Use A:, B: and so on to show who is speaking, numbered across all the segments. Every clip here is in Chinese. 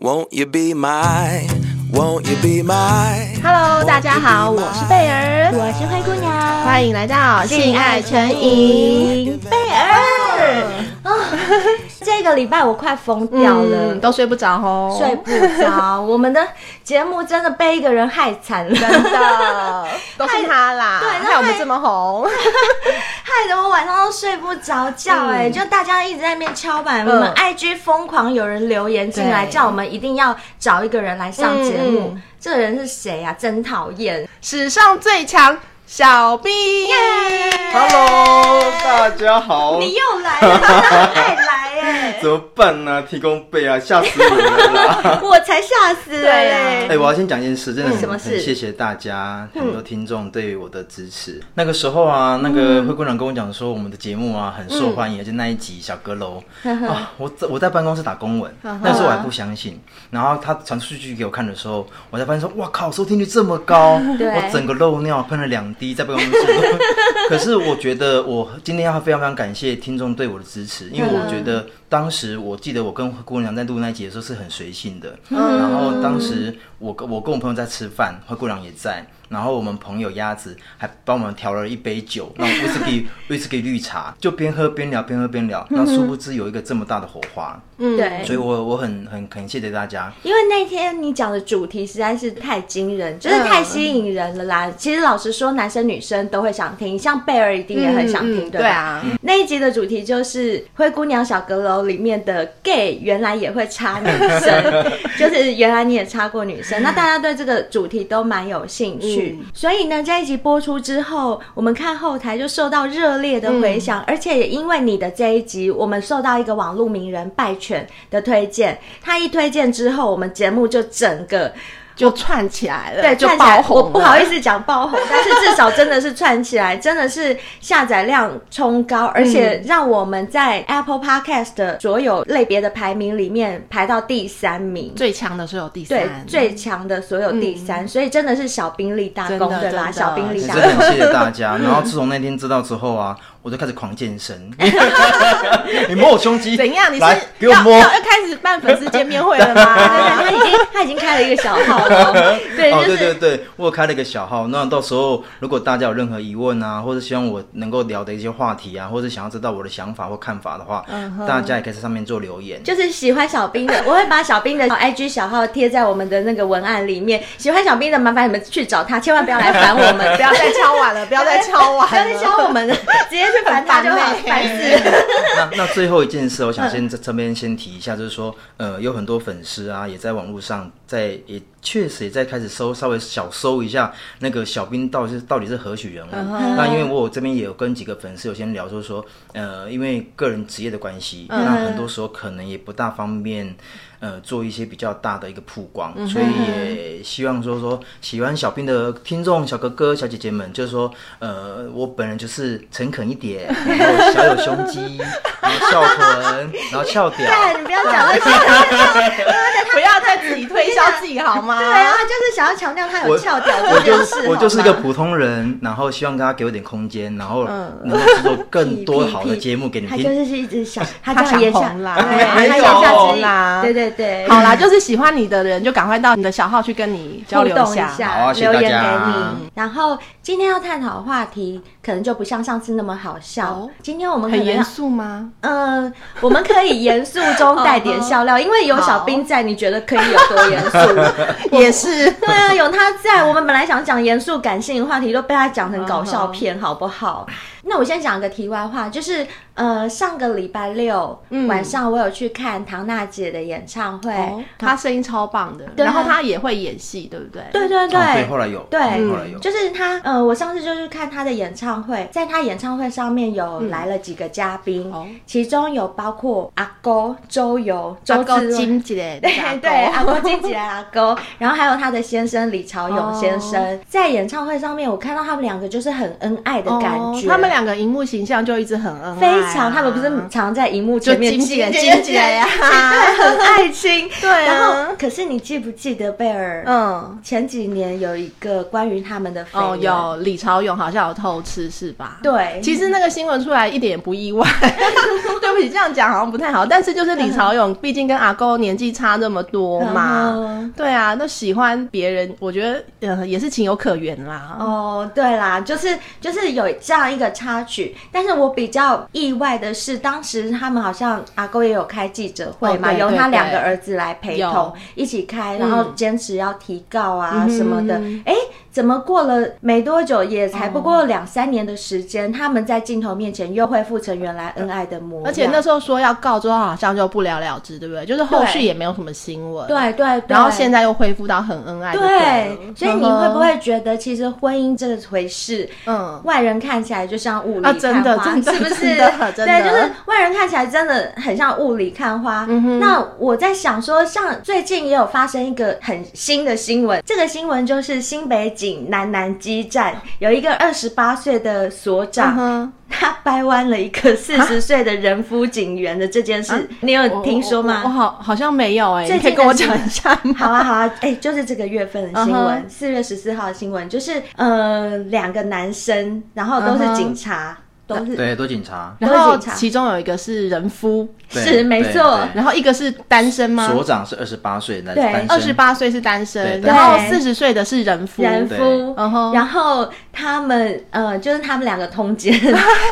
A: Won't you be my? Won't you be my?
B: Hello，大家好，我是贝儿，
C: 我是灰姑娘，
B: 欢迎来到性爱成瘾。
C: 贝尔啊！这个礼拜我快疯掉了，
B: 嗯，都睡不着哦，
C: 睡不着。我们的节目真的被一个人害惨 了，
B: 真的都是他啦，
C: 对那
B: 害我们
C: 害
B: 这么红，
C: 害得我晚上都睡不着觉哎、就大家一直在那边敲板，我们
B: 嗯
C: IG 疯狂有人留言进来，
B: 对
C: 叫我们一定要找一个人来上
B: 嗯
C: 节目。
B: 哦嗯
C: 这个人是谁呀、啊？真讨厌！
B: 史上最强小 B，
D: Hello，大家好。
C: 你又来了， 爱来 哎、
D: 怎么办呢、提供背啊，吓死我了 啦！
C: 我才吓死了哎、
B: 啊
D: 哎、我要先讲一件事，真的
C: 嗯什么
D: 很
C: 事嗯
D: 很谢谢大家，很多听众对于我的支持。那个时候啊，那
C: 嗯
D: 个灰姑娘跟我讲说，我们的节目啊很受欢迎，而且那一集小阁楼
C: 嗯
D: 啊，我在我在办公室打公文，那时候我还不相信。然后他传数据给我看的时候，我才发现说，哇靠，收听率这么高，
C: 对
D: 我整个漏尿喷了两滴在办公室。可是我觉得我今天要非常非常感谢听众对我的支持，因为我觉得当时我记得我跟灰姑娘在录那一集的时候是很随性的，然后当时我跟我跟我朋友在吃饭，灰姑娘也在，然后我们朋友鸭子还帮我们调了一杯酒，那威士忌威士忌绿茶，就边喝边聊，边喝边聊。那殊不知有一个这么大的火花，
B: 嗯
C: 对
D: 所以我我很很很谢谢大家。
C: 因为那天你讲的主题实在是太惊人，
B: 嗯
C: 就是太吸引人了啦。其实老实说，男生女生都会想听，像贝尔一定也很想听，
B: 嗯嗯
C: 对吧？
B: 对啊，
C: 那一集的主题就是《灰姑娘小阁楼》里面的 gay 原来也会插女生，就是原来你也插过女生。那大家对这个主题都蛮有兴趣，所以呢，这一集播出之后，我们看后台就受到热烈的回响，而且也因为你的这一集，我们受到一个网络名人拜犬的推荐，他一推荐之后，我们节目就整个
B: 就串起来了，
C: 对，
B: 就
C: 串起
B: 爆
C: 来，
B: 红
C: 我
B: 了，
C: 不好意思讲爆红，但是至少真的是串起来，真的是下载量冲高，而且
B: 嗯
C: 让我们在 Apple Podcast 的所有类别的排名里面排到第三名。
B: 最强的时候有第
C: 对
B: 三，
C: 最强的所有第三，所以真的是小兵立大功，
B: 真的
C: 对
B: 真
C: 吧？
B: 的
C: 小兵立
D: 真
C: 大
D: 的
C: 功，
D: 很谢谢大家。然后自从那天知道之后啊，我就开始狂健身。 你摸我胸肌
B: 怎样？你是
D: 来给我
B: 要
D: 摸
B: 要要开始办粉丝见面会了 吗？
C: 对对，他已经他已经开了一个小号 了，对，
D: 哦，
C: 就
D: 对对
C: 是
D: 对，我有开了一个小号，那到时候如果大家有任何疑问啊，或者希望我能够聊的一些话题啊，或者想要知道我的想法或看法的话，
B: 嗯
D: 大家也可以在上面做留言。
C: 就是喜欢小兵的，我会把小兵的 IG 小号贴在我们的那个文案里面。喜欢小兵的，麻烦你们去找他，千万不要来烦我们，
B: 不要再敲碗了，不要再敲碗
C: 不要再
B: 了，
C: 教我们了， 直接去烦他就好，
B: 很
C: 烦欸
B: 烦
C: 死。
D: 那那最后一件事，我想先在这边先提一下，就是说，呃，有很多粉丝啊，也在网络上在也确实也在开始搜，稍微小搜一下那个小兵到底是到底是何许人物。那因为我有这边也有跟几个粉丝有先聊，就是说，呃，因为个人职业的关系，那很多时候可能也不大方便。呃，做一些比较大的一个曝光，
C: 嗯
D: 所以也希望说说喜欢小兵的听众小哥哥小姐姐们，就是说，呃，我本人就是诚恳 一点，然后小有胸肌，然后翘臀，然后翘屌，
C: 你不要讲那些，
B: 不要再自己推销自己好吗？
C: 对啊，他就是想要强调他有
D: 我
C: 翘屌这
D: 我就
C: 件事，
D: 是我就是一个
C: 好吗
D: 普通人，然后希望大家给我点空间，然后
C: 嗯
D: 能够制作更多好的节目给你
C: 他
D: 听。
C: 就是一直 想，他
B: 他
C: 这样
B: 想
C: 言下
B: 红啦
C: 对啊，他
D: 哎没
C: 言
D: 有
C: 下之
B: 啦
C: 意，对对对，
B: 好啦，就是喜欢你的人就赶快到你的小号去跟你交
C: 互
B: 流
C: 动一下，
D: 好啊谢谢
C: 留言给
D: 大家
C: 你。然后今天要探讨的话题，可能就不像上次那么好笑
B: 哦。
C: 今天我们可
B: 很
C: 能要
B: 严肃吗？
C: 嗯，我们可以严肃 中带
D: 哦
C: 点笑料，因为有小兵在，你觉得可以有多严肃？
B: 也 是，
C: 对啊，有他在，我们本来想讲严肃感性的话题，都被他讲成搞笑片，好不好？那我先讲个题外话，就是呃，上个礼拜六、晚上我有去看唐娜姐的演唱会，
B: 嗯哦， 他声音超棒的，
C: 对
B: 然
C: 啊
B: 后他也会演戏，对不对？
C: 对对对。
D: 哦对，后来有，
C: 对
D: 嗯后来有，
C: 就是他，呃，我上次就是看他的演唱会，在他演唱会上面有来了几个嘉宾，
B: 嗯哦
C: 其中有包括阿勾、周游、周
B: 阿高
C: 志
B: 金姐，
C: 对对，阿勾金吉来阿勾，然后还有他的先生李朝勇
B: 哦
C: 先生，在演唱会上面，我看到他们两个就是很恩爱的感
B: 哦
C: 觉，
B: 他们两个荧幕形象就一直很恩爱啊
C: 非常，他们不是常在荧幕
B: 就
C: 前面
B: 金姐
C: 亲
B: 金姐呀，
C: 对，很爱亲，
B: 对啊
C: 然后，可是你记不记得贝尔？
B: 嗯，
C: 前几年有一个关于他们的绯
B: 哦
C: 闻，
B: 有有李朝勇好像有偷吃是吧？
C: 对
B: 其实那个新闻出来一点也不意外。 对不起，这样讲好像不太好，但是就是李朝勇，毕竟跟阿公年纪差这么多嘛
C: 嗯，
B: 对啊，那喜欢别人，我觉得呃也是情有可原啦。
C: 哦，对啦，就是就是有这样一个插曲，但是我比较意外的是，当时他们好像阿公也有开记者会嘛，
B: 哦对
C: 由他
B: 对
C: 两个
B: 对
C: 儿子来陪
B: 有
C: 同一起开，然后
B: 嗯
C: 坚持要提告啊
B: 嗯哼
C: 什么的
B: 嗯。
C: 哎、怎么过了没多久，也才不
B: 哦
C: 过两三年的时间，他们在镜头面前又恢复成原来恩爱的模样，
B: 而且那时候说要告之后，好像就不了了之，对不对？就是后续
C: 对
B: 也没有什么新闻。。
C: 对对对，
B: 然后现在又恢复到很恩爱的
C: 对
B: 对了，
C: 所以你会不会觉得，其实婚姻这回事，
B: 嗯
C: 外人看起来就像雾里
B: 啊
C: 看花，
B: 真的真的
C: 是不是？
B: 真的真的
C: 对，就是外人看起来真的很像雾里看花。
B: 嗯哼
C: 那我在想说，像最近也有发生一个很新的新闻，这个新闻就是新北警南南基站有一个二十八岁的所
B: 嗯
C: 长，
B: 哼，
C: 他掰弯了一个四十岁的人夫警员的这件事，你有听说吗？
B: 啊我我我好好像没有哎、
C: 最
B: 你可以
C: 近的
B: 跟我讲一下吗？
C: 好啊，好啊，哎、就是这个月份的新
B: 嗯
C: 闻，
B: 哼
C: 四、月十四号的新闻，就是呃，两个男生，然后都
B: 嗯哼
C: 是警察，都是
D: 对，都警察，
B: 然后
C: 警察
B: 其中有一个是人夫，
D: 对
C: 是没
D: 对
C: 错嗯
D: 对
B: 然后一个是单身吗？
D: 所长是二十八岁，男
C: 对
D: 单身
B: 二十八岁是单身，
D: 对
B: 然后
C: 对
B: 四十岁的是人夫。
C: 人
D: 对
C: 夫
B: 嗯哼，
C: 然后他们呃，就是他们两个 通奸，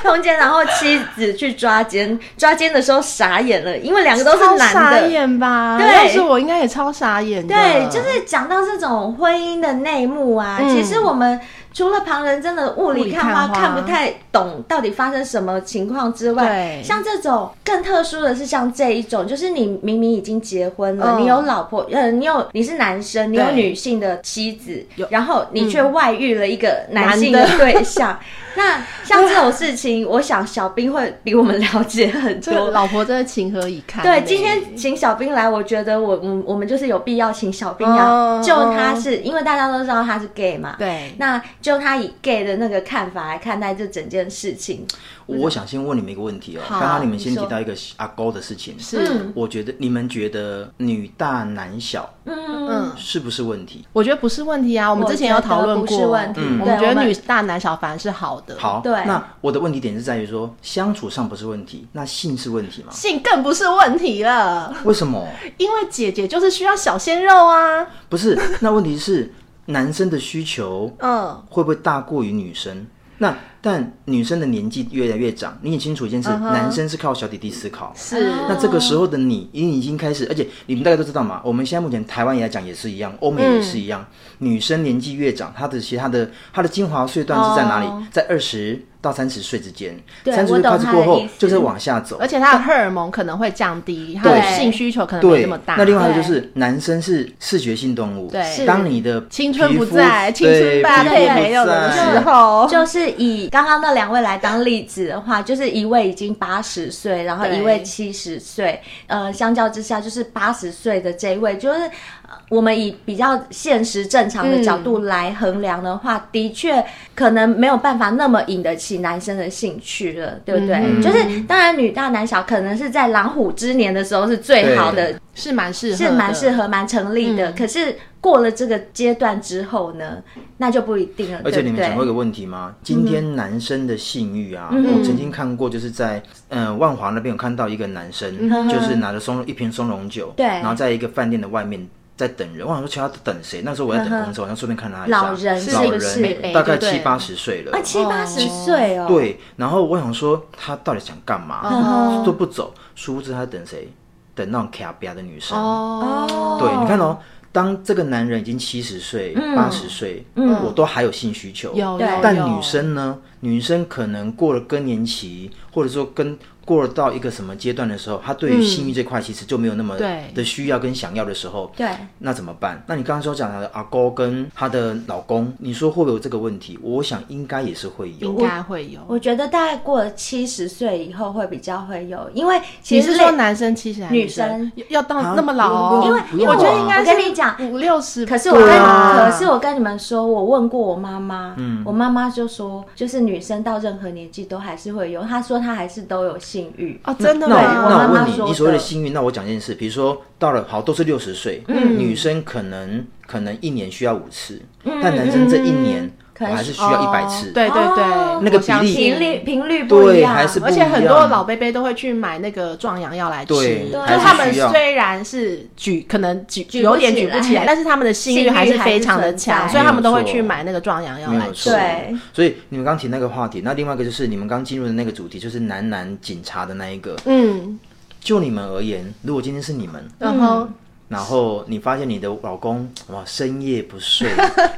C: 通奸，然后妻子去抓奸，抓奸的时候傻眼了，因为两个都是
B: 超傻
C: 男的。
B: 眼吧？
C: 对
B: 要是我应该也超傻眼的。
C: 对，就是讲到这种婚姻的内幕啊，
B: 嗯
C: 其实我们除了旁人真的雾
B: 雾里
C: 里看花
B: 看花
C: 看不太懂到底发生什么情况之
B: 对
C: 外，像这种更特殊的是像这一种，就是你明明已经结婚了，
B: 嗯
C: 你有老婆，呃，你有你是男生，你有
B: 对
C: 女性的妻子
B: 有，
C: 然后你却外遇了一个男
B: 男
C: 性
B: 的
C: 的对 象，那像这种事情，我想小兵会比我们了解很
B: 这个
C: 多。
B: 老婆真的情何以堪呢？啊
C: 对，今天请小兵来，我觉得我我我们就是有必要请小兵啊，
B: 哦
C: 就他是因为大家都知道他是 gay 嘛，，
B: 对，
C: 那就他以 gay 的那个看法来看待这整件事情，
D: 我想先问你们一个问题哦，
B: 好
D: 刚刚你们先
C: 你说
D: 提到一个阿勾的事情，
B: 是，嗯
D: 我觉得你们觉得女大男小
C: 嗯，
B: 嗯。
D: 是不是问题？
B: 我觉得不是问题啊，我们之前有讨论
C: 我
B: 过，啊
C: 觉得不是问题
B: 我
C: 对
B: 们觉得
C: 我们
B: 女大男小反而是好的，
D: 嗯好，
C: 对
D: 那我的问题点是在于说相处上不是问题，那性是问题吗？
B: 性更不是问题了，
D: 为什么？
B: 因为姐姐就是需要小鲜肉啊，
D: 不是，那问题是男生的需求
B: 嗯，
D: 会不会大过于女生？那但女生的年纪越来越长，你也清楚一件事
B: 嗯哼
D: 男生是靠小弟弟思考。
B: 是，
D: 那这个时候的你，你已经开始，而且你们大家都知道嘛，我们现在目前台湾也来讲也是一样，欧美也是一样，
B: 嗯
D: 女生年纪越长，她的其实她的她的精华岁段是在哪里？
B: 哦
D: 在二十到三十岁之间，
C: 对
D: 三十
C: 我
D: 岁
C: 懂
D: 开始
C: 她
D: 过
C: 的
D: 后
C: 意思
D: 就是往下走，
B: 而且她的荷尔蒙可能会降低，她的
D: 对
B: 性需求可能没
D: 对
B: 那么大。
D: 那另外
C: 对
D: 就是男生是视觉性动物，
B: 对是
D: 当你的
B: 青春
D: 皮
B: 不
D: 肤
B: 在，青春
D: 对
B: 搭
D: 皮肤
B: 配
D: 不
B: 没有的
D: 在
B: 时候，
C: 就是以刚刚那两位来当例子的话，就是一位已经八十岁，然后
B: 对
C: 一位七十岁，呃，相较之下，就是八十岁的这一位，就是呃我们以比较现实正常的角度来衡量的话，的确可能没有办法那么引得起男生的兴趣了，对不对？
B: 嗯
C: 就是当然女大男小，可能是在狼虎之年的时候是最好的，
B: 是蛮适合的，
C: 是蛮适合、蛮成立的。
B: 嗯
C: 可是过了这个阶段之后呢，那就不一定了，
D: 而且你们
C: 对
D: 想
C: 不
D: 过一
C: 对？嗯
D: 个问题吗？今天男生的性欲啊，我曾经看过，就是在呃万华那边有看到一个男生，就是拿着松一瓶松茸酒，
C: 嗯对
D: 然后在一个饭店的外面。在等人，我想说其他等谁？那时候我在等公车，我想顺便看他一
C: 嗯
D: 下。
C: 老人
D: 老
C: 是不是哎
B: 北北
D: 人大概
B: 对不
D: 七
B: 对
D: 八十岁了
C: 啊，，七八十岁哦，，
D: 对。然后我想说他到底想干嘛？
B: 嗯
D: 都不走，殊不知他在等谁？等那种卡比亚的女生。
B: 哦，
D: 对，你看哦，当这个男人已经七十岁、
C: 嗯
D: 八十岁，我都还有性需求。
B: 有
C: 对
B: 有，
D: 但
B: 哦有
D: 女生呢？女生可能过了更年期，或者说跟过了到一个什么阶段的时候，她对于性欲这块其实就没有那么
B: 对
D: 的需要跟想要的时候，
C: 对，
D: 那怎么办？那你刚刚说讲的阿公跟她的老公，你说会不会有这个问题？我想应该也是会
B: 应
D: 有。
B: 该会有。
C: 我觉得大概过了七十岁以后会比较会有，因为其
B: 你
C: 实
B: 是
C: 类
B: 说，男生七十还是女
C: 女生
B: 生要要到
D: 啊
B: 那么老哦？
D: 不用不啊用
B: 我觉
D: 不
B: 得
D: 用
B: 应该
C: 啊我
B: 是
C: 跟你讲
B: 五六十吧。
C: 可是我跟、
D: 对啊嗯
C: 可是我跟你们说，我问过我妈妈，我妈妈就说，就是女生到任何年纪都还是会有，她说她还是都有性欲。
B: 哦，真的
D: 那
B: 吗？
D: 我
C: 我
D: 那
C: 妈
D: 我
C: 妈
D: 问你，
C: 说
D: 你所谓的
C: 的
D: 幸运，那我讲一件事，比如说到了好都是六十岁，女生可能可能一年需要五次，但男生这一年
C: 可
D: 我
C: 能
D: 还是需要一百次。
B: 对对对，
C: 哦
D: 那个
B: 我相
D: 比例
B: 信
C: 频率频率不一样，
D: 对还是不
B: 而且很
D: 一
B: 多
D: 样
B: 老贝贝都会去买那个壮阳药来吃，
D: 对
B: 就
C: 还是
B: 他们
D: 需要
B: 虽然是举可能举
C: 举不
B: 有点
C: 起
B: 举不
C: 来
B: 起来，但是他们的性欲还是非常的
C: 性欲还
B: 强，
C: 是存在
B: 所以他们都会
D: 没有错
B: 去买那个壮阳药
D: 没
B: 来
D: 有
B: 吃
D: 错。
C: 对，
D: 所以你们刚提那个话题，那另外一个就是你们刚进入的那个主题，就是男男警察的那一个。
B: 嗯，
D: 就你们而言，如果今天是你们，
B: 然
C: 嗯
B: 后
D: 然后你发现你的老公哇深夜 不睡，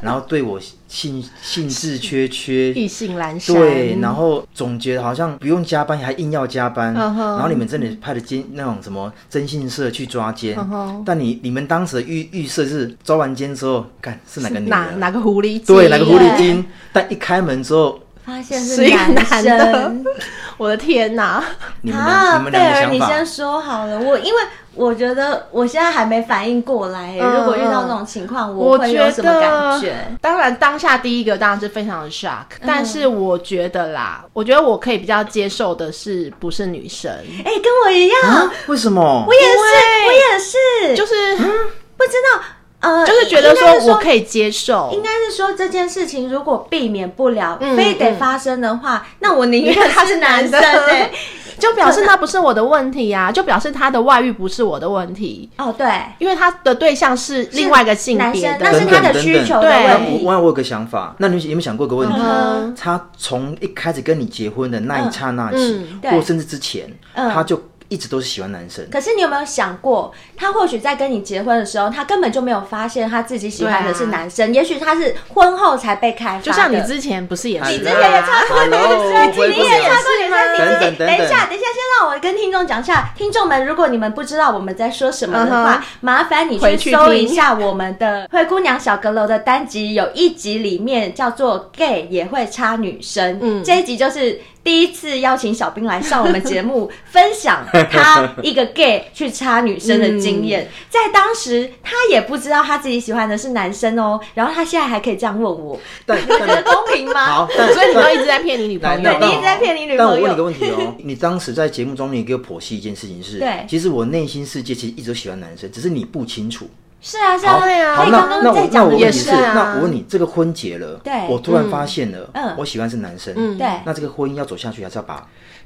D: 然后对我兴兴致缺缺，
B: 意兴阑珊，
D: 对，然后总觉得好像不用加班，还硬要加班。
B: 嗯哼
D: 然后你们真的派了监那种什么征信社去抓奸，
B: 嗯哼
D: 但你你们当时的预预设是抓完奸之后，干是哪个女
B: 哪
D: 的？
B: 哪个狐狸精
D: 对，哪个狐狸
B: 耶？
D: 精？但一开门之后，
C: 发现
B: 是
C: 是
B: 一个男的
C: 生。
B: 我的天哪！
D: 你们的、
C: 啊，
D: 你们
C: 贝
D: 两个
C: 尔，你
D: 想
C: 先
D: 法，
C: 说好了。我因为我觉得我现在还没反应过来，
B: 嗯
C: 如果遇到这种情况，会有什么感觉？
B: 当然，当下第一个当然是非常的 shock，、但
C: 嗯
B: 是我觉得啦，我觉得我可以比较接受的是不是女生，
C: 哎、跟我一样，
D: 啊为什么
C: 我？也是，
B: 对
C: 我也是，
B: 就是、
C: 不知道，呃，
B: 就是觉得
C: 嗯应该是
B: 说我可以接受，
C: 应该是说这件事情如果避免不了，
B: 嗯
C: 非得发生的话，那我宁愿
B: 因为他
C: 是
B: 是
C: 男
B: 男
C: 生
B: 的
C: 对，
B: 就表示那不是我的问题呀、就表示他的外遇不是我的问题，
C: 哦，对，
B: 因为他的对象是另外一个性
C: 男
B: 别
C: 生
B: 的，，
C: 那是
D: 等
C: 他
D: 等
C: 的需求的
B: 对
C: 问
D: 我
C: 题。
D: 我有个想法，那你有没有想过一个问题？
C: 嗯
D: 他从一开始跟你结婚的那一刹那起，
B: 嗯
C: 对
D: 或甚至之前，
C: 嗯
D: 他就一直都是喜欢男生。
C: 可是你有没有想过，他或许在跟你结婚的时候，他根本就没有发现他自己喜欢的是男生，也许他是婚后才被开发的。
B: 啊就像你之前不是也是，
D: 你之
C: 前也差不多
D: 啊 Hello，回
C: 你
D: 不
C: 也
D: 了
C: 插过女生，你自己
D: 等等等等
C: 一下，等一下，先让我跟听众讲一下。听众们，如果你们不知道我们在说什么的话
B: 嗯哼
C: 麻烦你
B: 回去
C: 去搜
B: 听
C: 一下我们的《灰姑娘小阁楼》的单集，有一集里面叫做《gay 也会插女生》，
B: 嗯
C: 这一集就是。第一次邀请小兵来上我们节目，分享他一个 gay 去插女生的经验。
B: 嗯
C: 在当时，他也不知道他自己喜欢的是男生哦。然后他现在还可以这样问我，
D: 但
C: 你觉得 公平吗？
D: 好，但
B: 所以你都一直在骗你女朋
D: 来
B: 友
D: 来
C: 对，
D: 那
C: 你
D: 我
C: 一直在骗你女
D: 但我
C: 朋
D: 问你个
C: 友。
D: 问题哦， 你当时在节目中，你给我剖析一件事情是，
C: 对
D: 其实我内心世界其实一直都喜欢男生，只是你不清楚。
C: 是啊，是啊，
B: 对啊
D: 好，
C: 所以
D: 那
C: 刚
D: 那
C: 刚在讲
D: 我那我
C: 的
D: 问
C: 也
D: 你
B: 也是
D: 是，
B: 啊
D: 那我问你，这个婚结了，
C: 对
D: 我突然发现了，
C: 嗯
D: 我喜欢是男生，
B: 嗯
C: 对
D: 那这个婚姻要走下去，还是要把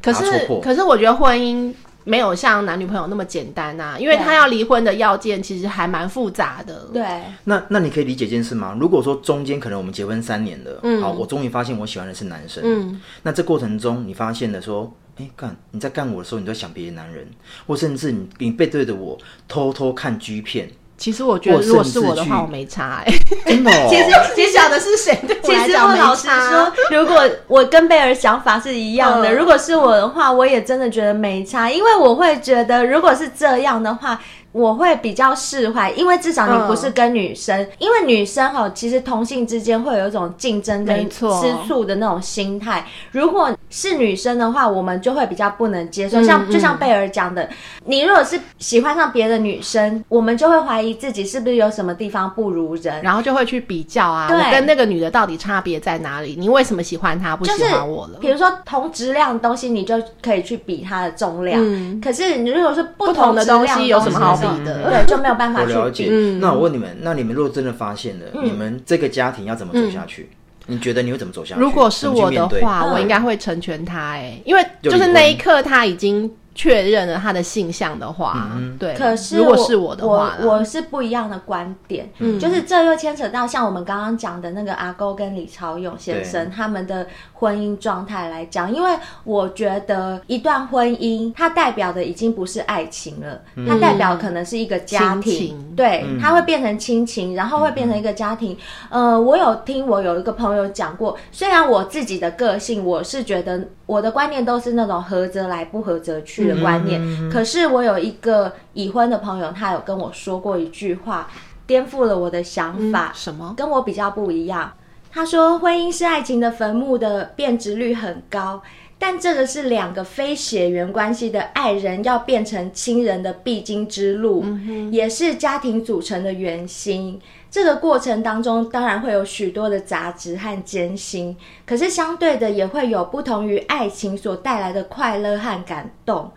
B: 可
D: 把它
B: 是
D: 戳破
B: 可是我觉得婚姻。没有像男女朋友那么简单呐、因为
C: 对啊
B: 他要离婚的要件其实还蛮复杂的。
C: 对，
D: 那那你可以理解一件事吗？如果说中间可能我们结婚三年了，
B: 嗯
D: 好，我终于发现我喜欢的是男生，
B: 嗯，
D: 那这过程中你发现了说，哎、干你在干我的时候，你都在想别的男人，或甚至你你背对着我偷偷看 G 片，
B: 其实我觉得，
D: 或
B: 如果
D: 甚
B: 是
D: 至
B: 我的
D: 去
B: 话，我没差、欸。
D: 真的、哦，
C: 其实
B: 其实想的是谁？对
C: 其
B: 我来
C: 实
B: 讲
C: 我
B: 没
C: 老实
B: 差
C: 说，，如果我跟贝尔想法是一样的，
B: 嗯
C: 如果是我的话，我也真的觉得没差，因为我会觉得，如果是这样的话，我会比较释怀，因为至少你
B: 嗯
C: 不是跟女生，因为女生哈，其实同性之间会有一种竞争跟
B: 没错
C: 吃醋的那种心态。如果是女生的话，我们就会比较不能接受，
B: 嗯
C: 像就
B: 嗯
C: 像贝尔讲的，你如果是喜欢上别的女生，我们就会怀疑自己是不是有什么地方不如人。
B: 然后就会去比较啊，
C: 对
B: 我跟那个女的到底差别在哪里？你为什么喜欢她，不
C: 就是
B: 喜欢我了？
C: 比如说同质量的东西，你就可以去比它的重量。
B: 嗯
C: 可是你如果是不
B: 不同的
C: 质量的
B: 东西有什么好比的
C: 时候对，就没有办法
D: 我了
C: 去嗯
D: 解。
C: 比。
D: 那我问你们，那你们如果真的发现了，你们这个家庭要怎么走下去？你觉得你会怎么走下去？
B: 如果是
D: 怎么去
B: 我的
D: 面对
B: 话，
C: 嗯
B: 我应该会成全她、欸，哎，因为
D: 就
B: 就是
D: 离
B: 那
D: 婚
B: 一刻她已经确认了她的性向的话，
D: 嗯
B: 对。
C: 可是
B: 如果
C: 我
B: 是我的话啦，
C: 我我是不一样的观点，
D: 嗯
C: 就是这又牵扯到像我们刚刚讲的那个阿勾跟李朝勇先生他们的婚姻状态来讲，因为我觉得一段婚姻它代表的已经不是爱情了，它代表可能是一个家
B: 嗯亲
C: 庭，
B: 情嗯
C: 对，它会变成亲情，然后会变成一个家庭。呃，我有听我有一个朋友讲过，虽然我自己的个性我是觉得我的观念都是那种合则来不合则去的观
B: 嗯
C: 念，可是我有一个已婚的朋友，他有跟我说过一句话，颠覆了我的想法，
B: 嗯什么？
C: 跟我比较不一样。他说，婚姻是爱情的坟墓的变值率很高。但这个是两个非血缘关系的爱人要变成亲人的必经之路，也是家庭组成的圆心。这个过程当中，当然会有许多的杂质和艰辛，可是相对的也会有不同于爱情所带来的快乐和感动。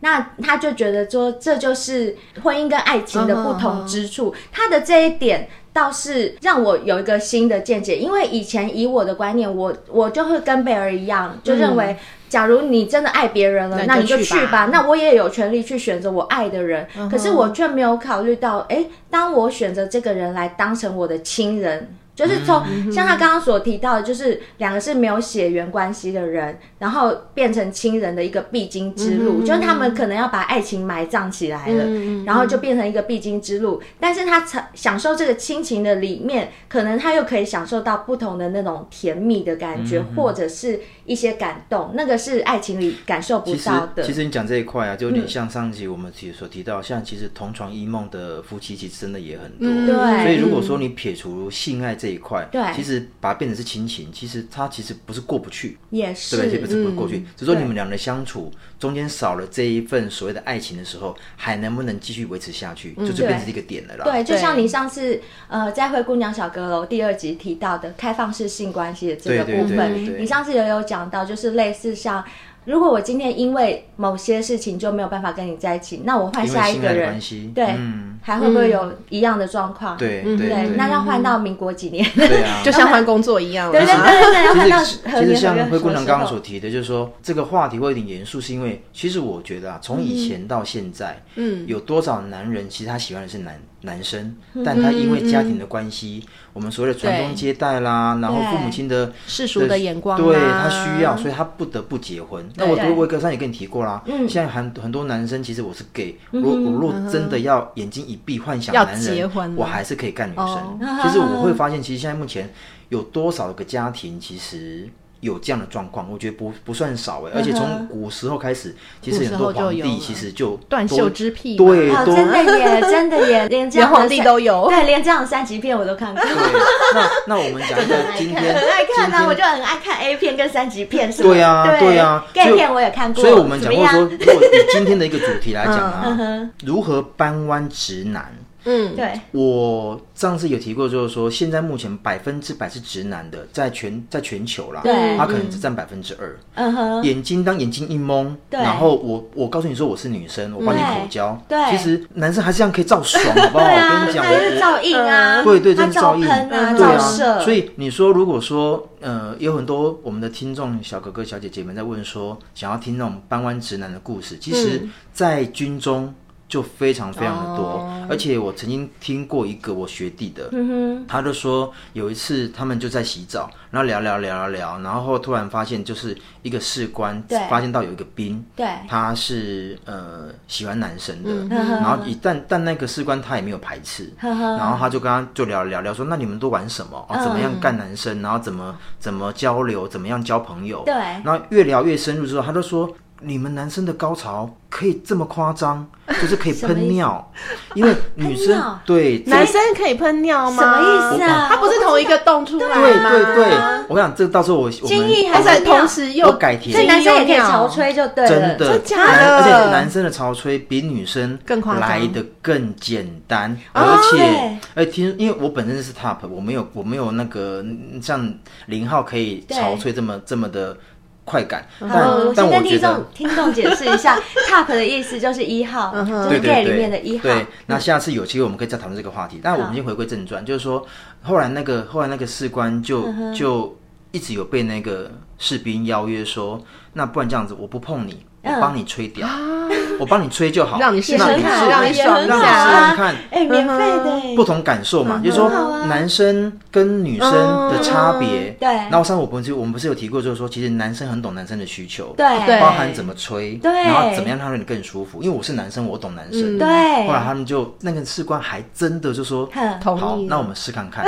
C: 那他
B: 嗯
C: 就觉得说，这就是婚姻跟爱情的不同之处。他的这一点，倒是让我有一个新的见解，因为以前以我的观念，我我就会跟贝儿一样，就认为。假如你真的爱别人了，
B: 嗯那
C: 那
B: 你
C: 你
B: 就
C: 就
B: 去吧
C: 去吧。那我也有权利去选择我爱的人，
D: 嗯
C: 可是我却没有考虑到，诶，当我选择这个人来当成我的亲人，就是从、
D: 嗯
C: 像他刚刚所提到的，就是两个是没有血缘关系的人，然后变成亲人的一个必经之
D: 嗯
C: 路，就是他们可能要把爱情埋葬起来了，然
D: 嗯
C: 后就变成一个必经之路。但是他享享受这个亲情的里面，可能他又可以享受到不同的那种甜蜜的感觉，
D: 嗯
C: 或者是一些感动，那个是爱情里感受不嗯
D: 其实
C: 到的
D: 其。实你讲这一块啊，就有点像上集我们提所提到，像其实同床异梦的夫妻其实真的也很多。
C: 嗯对
D: 所以如果说你撇除性爱这一块，
C: 对
D: 其实把它变成是亲情，其实它其实不是过不去，
C: 也
D: 对不对？不
C: 是，嗯
D: 是不是过去，只是说你们两人相处中间少了这一份所谓的爱情的时候，还能不能继续维持下去，就这变成一个点了啦。
C: 嗯对，就像
B: 对
C: 你上次呃在《灰姑娘小阁楼》第二集提到的开放式性关系的这个
D: 对对
C: 部
D: 对对
C: 分，
D: 对
C: 你上次也有讲到，就是类似像。如果我今天因为某些事情就没有办法跟你在一起，那我换
D: 因
C: 下
D: 为
C: 一
D: 性
C: 个
D: 爱的
C: 人
D: 关，系，
C: 对，
D: 嗯，
C: 还会不会有一样的状况？
D: 对对
C: 嗯对，那要换到民国几年？对
D: 对啊，
B: 就像换工作一样
C: 对对
B: 啦。
C: 对对，要换到
D: 其实
C: 何
D: 其
C: 年
D: 实
C: 何月
D: 像灰
C: 什
D: 姑娘
C: 么时
D: 刚刚
C: 候
D: 所？提的，就是说这个话题会有点严肃，是因为其实我觉得啊，从以前到现在，嗯，有多少男人其实他喜欢的是男男生，
C: 嗯
D: 但他因为家庭的关系，我们所谓的传宗
B: 对
D: 接代啦，然后父母亲的
B: 世俗的眼光啊
D: 对
B: 啦
D: 他需要，所以他不得不结婚。那我
C: 对
D: 我我上也跟你提过啦，
B: 嗯
D: 现在很很多男生其实我是 gay，我我如果真的要眼睛一闭幻想
B: 要
D: 男
B: 结
D: 人
B: 婚了，
D: 我还是可以干女
B: 哦
D: 生。 其实我会发现，其实现在目前有多少个家庭其实。有这样的状况，我觉得不不算少哎，而且从古时候开始，其实很
B: 嗯古时候
D: 多皇
B: 就有了
D: 帝其实就
B: 断
D: 多
B: 袖之癖嘛
D: 对，
C: 哦，
D: 多
C: 真的耶，真的耶，连这样的
B: 连皇帝
C: 三
B: 都有
C: 对，连这样的三级片我都看过。
D: 对。那那我们 讲一下今天，
C: 很爱看
D: 今
C: 啊，
D: 天
C: 我就很爱看 A 片跟三级片什么的。
D: 对啊，对啊
C: g
D: 所
C: a
D: 以
C: 片我也看过。
D: 所以我们讲过
C: 怎
D: 说，
C: 么
D: 如
C: 样嗯
D: 果以今天的一个主题来讲啊，如何搬弯直男？
B: 嗯，
C: 对，
D: 我上次有提过，就是说现在目前百分之百是直男的，在全在全球啦，
B: 嗯
C: 对
D: 他可能只占百分之二。
C: 嗯哼，
D: 眼睛当眼睛一蒙，
C: 对
D: 然后我我告诉你说我是女生，我帮你口交，
C: 对
D: 其实男生还是这样可以照爽，好不好？
C: 对
D: 我
C: 啊
D: 跟你，讲，
C: 它是
D: 我
C: 照应啊，
B: 嗯
D: 对对，
C: 它
D: 这是照
C: 照
D: 应
C: 喷啊，
D: 对
C: 照
D: 啊，
C: 射，
D: 所以你说，如果说呃，有很多我们的听众小哥哥小姐姐们在问说，想要听那种搬弯直男的故事，其实，在军中就非常非常的多，
C: 哦
D: 而且我曾经听过一个我学弟的，
C: 嗯
D: 他就说有一次他们就在洗澡，然后聊聊聊聊聊，然后突然发现就是一个士官
C: 对
D: 发现到有一个兵，
C: 对
D: 他是呃喜欢男生的，
C: 嗯哼
D: 然后一但但那个士官他也没有排斥，然后他就跟他就聊聊聊说，那你们都玩什么？
C: 嗯
D: 哦，怎么样干男生？然后怎么怎么交流？怎么样交朋友？
C: 对
D: 然后越聊越深入之后，他就说。你们男生的高潮可以这么夸 张，就是可以
C: 么意
D: 喷
C: 思哦
D: 尿，因为女生
C: 喷尿
D: 对这
B: 男生可以喷尿吗？
C: 什么意思啊？
B: 他不是同一个洞出来吗？
D: 对对对，我想这到时候我我
C: 精液
D: 们
C: 还
B: 而
C: 是
B: 且同时又
D: 我改天
C: 所以男生也可以
B: 潮，
C: 潮吹就对了，
D: 真的
B: 真假的
D: 男而且男生的潮吹比女生
B: 更夸张
D: 来的更简单，而且
C: 对
D: 而且听，因为我本身是 top，我没有我没有那个嗯像零号可以
C: 对
D: 潮吹这么这么的快感，但
C: 好，我
D: 但
C: 先
D: 我
C: 跟
D: 觉
C: 听
D: 得
C: 众。听众解释一下，top 的意思就是一号，就
D: 对
C: 是
D: 对
C: gay 嗯
D: 对，
C: 里面的一号。
D: 对，那下次有机会我们可以再讨论这个话题。但我们先回归正传，就是说，后来那个后来那个士官就就一直有被那个士兵邀约说，那不然这样子，我不碰你，我帮你吹掉， 我帮你吹就好，
B: 让你试试
D: 那
B: 看
D: 试
B: 让你
D: 试
B: 爽
D: 让你
B: 一下
D: 试试看。
C: 哎，免费的耶，
D: 不同感受嘛，就是说男生跟女生的差别。
C: 对
D: 然后上次我们就我们不是有提过，就是说其实男生很懂男生的需求，
C: 对
B: 对
D: 包含怎么吹，
C: 对嗯
D: 然后怎么样让你更舒服。因为我是男生，我懂男生。
C: 对，
D: 后来他们就那个士官还真的就说
C: 哼
B: 同
D: 好
B: 意，了
D: 那我们试看 看。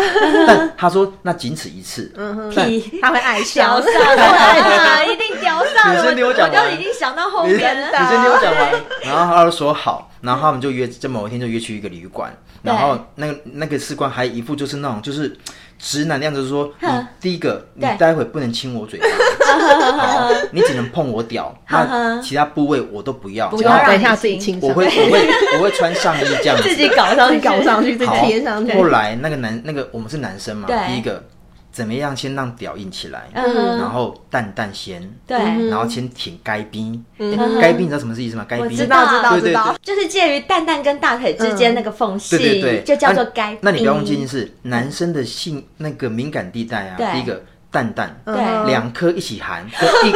D: 但他说那仅此一次。但女
C: 屁
B: 他会爱笑
C: 屌上。了，一定屌上了，
D: 女生听
C: 我
D: 我讲完
C: 就已经想到后
D: 生女
C: 面了。
D: 生听我讲完，然后他就说好，然后他们就约，就某一天就约去一个旅馆，然后那个那个士官还一副就是那种就是直男的样子，就 是说你
C: 哼
D: 第一个你
C: 对
D: 待会不能亲我嘴 巴，好，你只能碰我屌，那
C: 哼
D: 其他部位我都不要，
C: 不
D: 只
C: 要
D: 要
C: 让
B: 等一下自己亲上，
D: 我会我会我会穿上衣这样子，
C: 自己搞上
B: 自
C: 去，
B: 己搞上去，自己
D: 好
B: 贴上去。
D: 后来那个男那个我们是男生嘛，
C: 对
D: 第一个怎么样先让屌硬起来，
C: 嗯
D: 然后淡淡先，
C: 对，
D: 然后先挺该冰，
C: 哼
D: 该冰你知道什么是意思吗？该
C: 我
D: 冰
C: 知道，知道，
D: 对
C: 知
D: 对
C: 道，就是介于蛋蛋跟大腿之间那个缝隙，
D: 对对对，
C: 就叫做
D: 那
C: 该。
D: 那你不要忘记，就是男生的性那个敏感地带
C: 对嗯
D: 啊，第一个蛋蛋，
C: 对，
B: 嗯
C: 好
D: 两颗一起含，跟一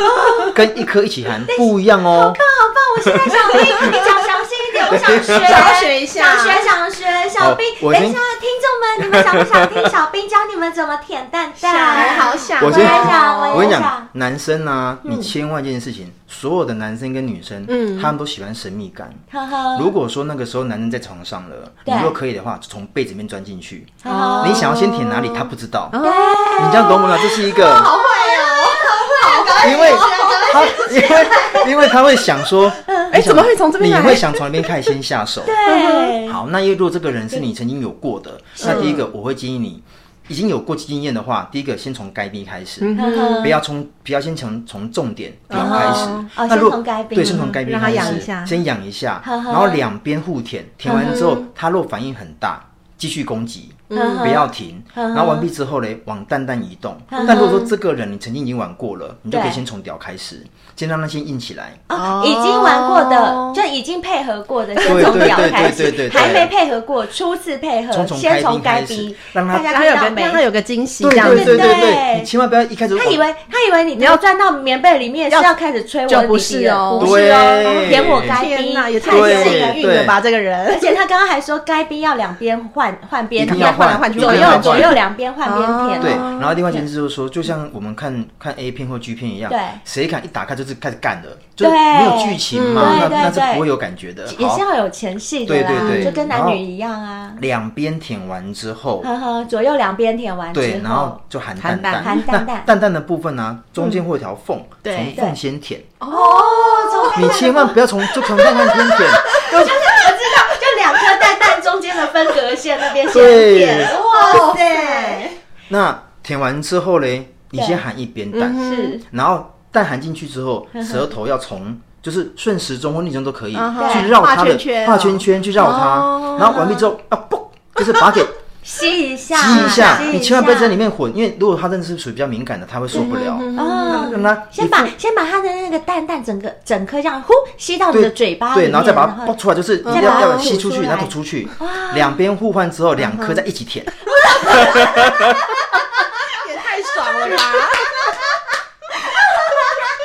D: 跟一颗一起含不一样哦。
C: 棒！我现在想听，你讲详细一点，我想学，
B: 想学一下
C: 想学，想学。小兵，
D: 哦我
C: 等一
D: 先
C: 下，听众们，你们想不想听小兵教你们怎么舔蛋
B: 我
C: 蛋？
B: 好想
D: 我
C: 我
D: 先
C: 也
B: 哦，
C: 想，
D: 我跟你
C: 想
D: 讲，，男生啊，
C: 嗯
D: 你千万一件事情，所有的男生跟女生，
B: 嗯
D: 他们都喜欢神秘感。
C: 呵呵，
D: 如果说那个时候男人在床上了，你
C: 对
D: 如果可以的话，从被子里面钻进去，
C: 呵呵
D: 你想要先舔哪里，他不知道。
B: 哦
D: 你这样懂我吗？这是一个，
B: 哦
D: 因为他因为因为他会想说，哎
B: 嗯怎么会从这边
D: 你
B: 来
D: 会想从那边开始先下手。
C: 对，
D: 好，那因为如果这个人是你曾经有过的，那第一个我会建议你，已经有过经验的话，第一个先从该逼开
B: 嗯
D: 始，
C: 呵呵
D: 不要从不要先从从重点点开始
C: 哦。
D: 那
C: 先
D: 如果
C: 从该逼
D: 对，先从该逼
B: 让他
D: 开
B: 养一
D: 始
B: 下，
D: 先养一下，
C: 呵呵
D: 然后两边互舔，舔完之后，他若反应很大，继续攻击。
C: 嗯
D: 不要停，
C: 嗯
D: 然后完毕之后嘞，往淡淡移动。
C: 嗯
D: 但如果说这个人你曾经已经玩过了，你就可以
C: 对
D: 先从屌开始，先让那些硬起来。
C: 哦，已经玩过
B: 哦
C: 的，就已经配合过的，先
D: 对
C: 从
D: 对
C: 表
D: 对
C: 开
D: 对对
C: 始，
D: 对对
C: 还没配合过，初次配合
D: 从，从
C: 先从该
D: 开始
C: 逼，
D: 让他
C: 大家
B: 让他有
C: 看到
B: 个
C: 没
B: 让？他有个惊喜
D: 对
B: 这样
D: 对
B: 子
D: 对。对
C: 对
D: 对，你千万不要一开始就
C: 他
D: 往
C: 以为他以为你要钻到棉被里面是
B: 要
C: 要开始吹我
B: 就
C: 的
B: 不
C: 弟弟
B: 是
C: 了
B: 哦
C: 不是哦，
D: 对
C: 点我该
B: 天
C: 逼
B: 哪，也太
D: 对
B: 幸运了吧！这个
C: 而
B: 人，
C: 且他刚刚还说该逼要两边换换边
D: 一定
C: 舔
D: 要
B: 换来换去
C: 左
B: 一定要
C: 右
B: 换
C: 左右两边啊换
B: 哦
C: 边舔，
D: 对，然后另外一件事就是说，就像我们看看 A 片或 G 片一样，
C: 对
D: 谁敢一打开就是开始干的，就是
C: 对
D: 没有剧情嘛，
C: 嗯
D: 那
C: 对
D: 那
C: 对
D: 是
C: 对
D: 不会有感觉的。
C: 也是
D: 好，
C: 要有前戏的啦
D: 对对，对
C: 就跟男
D: 然后
C: 女一样啊，
D: 两边舔完之后，
C: 呵呵，左右两边舔完嗯
D: 对，
C: 之
D: 然后
C: 后，哦
D: 就含
B: 含
D: 蛋蛋，
C: 蛋含蛋蛋嗯
D: 那蛋蛋的部分呢，中间会有一条缝，
B: 对
D: 从缝先舔，
C: 哦，从
D: 你千万不要从就从蛋蛋先舔，
C: 我知道，就两颗蛋蛋中间的分隔线那边先
D: 对
C: 点，哇塞，
D: 那舔完之后嘞，你
C: 对嗯
D: 先含一边蛋，
B: 嗯
C: 是
D: 然后蛋含进去之后， 舌头要从就是顺时钟或逆时钟都可以
C: 啊
B: 嗯哼
D: 去绕它
B: 画
D: 的
B: 圈圈哦
D: 画圈圈去绕它
B: 哦，
D: 然后完毕之后 啊嘣，就是把它给吸
C: 吸一下，
D: 一下，
C: 吸
D: 你千万不要在里面混，因为如果它真的是属于比较敏感的，它会受不了。
C: 哦。
D: 让它
C: 先把先把它的那个蛋蛋整个整颗这样呼吸到你
D: 对
C: 的嘴巴里
D: 对，
C: 面，
D: 然后再把它爆出来，就是
C: 再
D: 要
C: 把它
D: 要
C: 吐
D: 吸出去，
C: 出来
D: 然后吐出去，两边互换之后，两颗再一 起舔。
B: 也太爽了吧！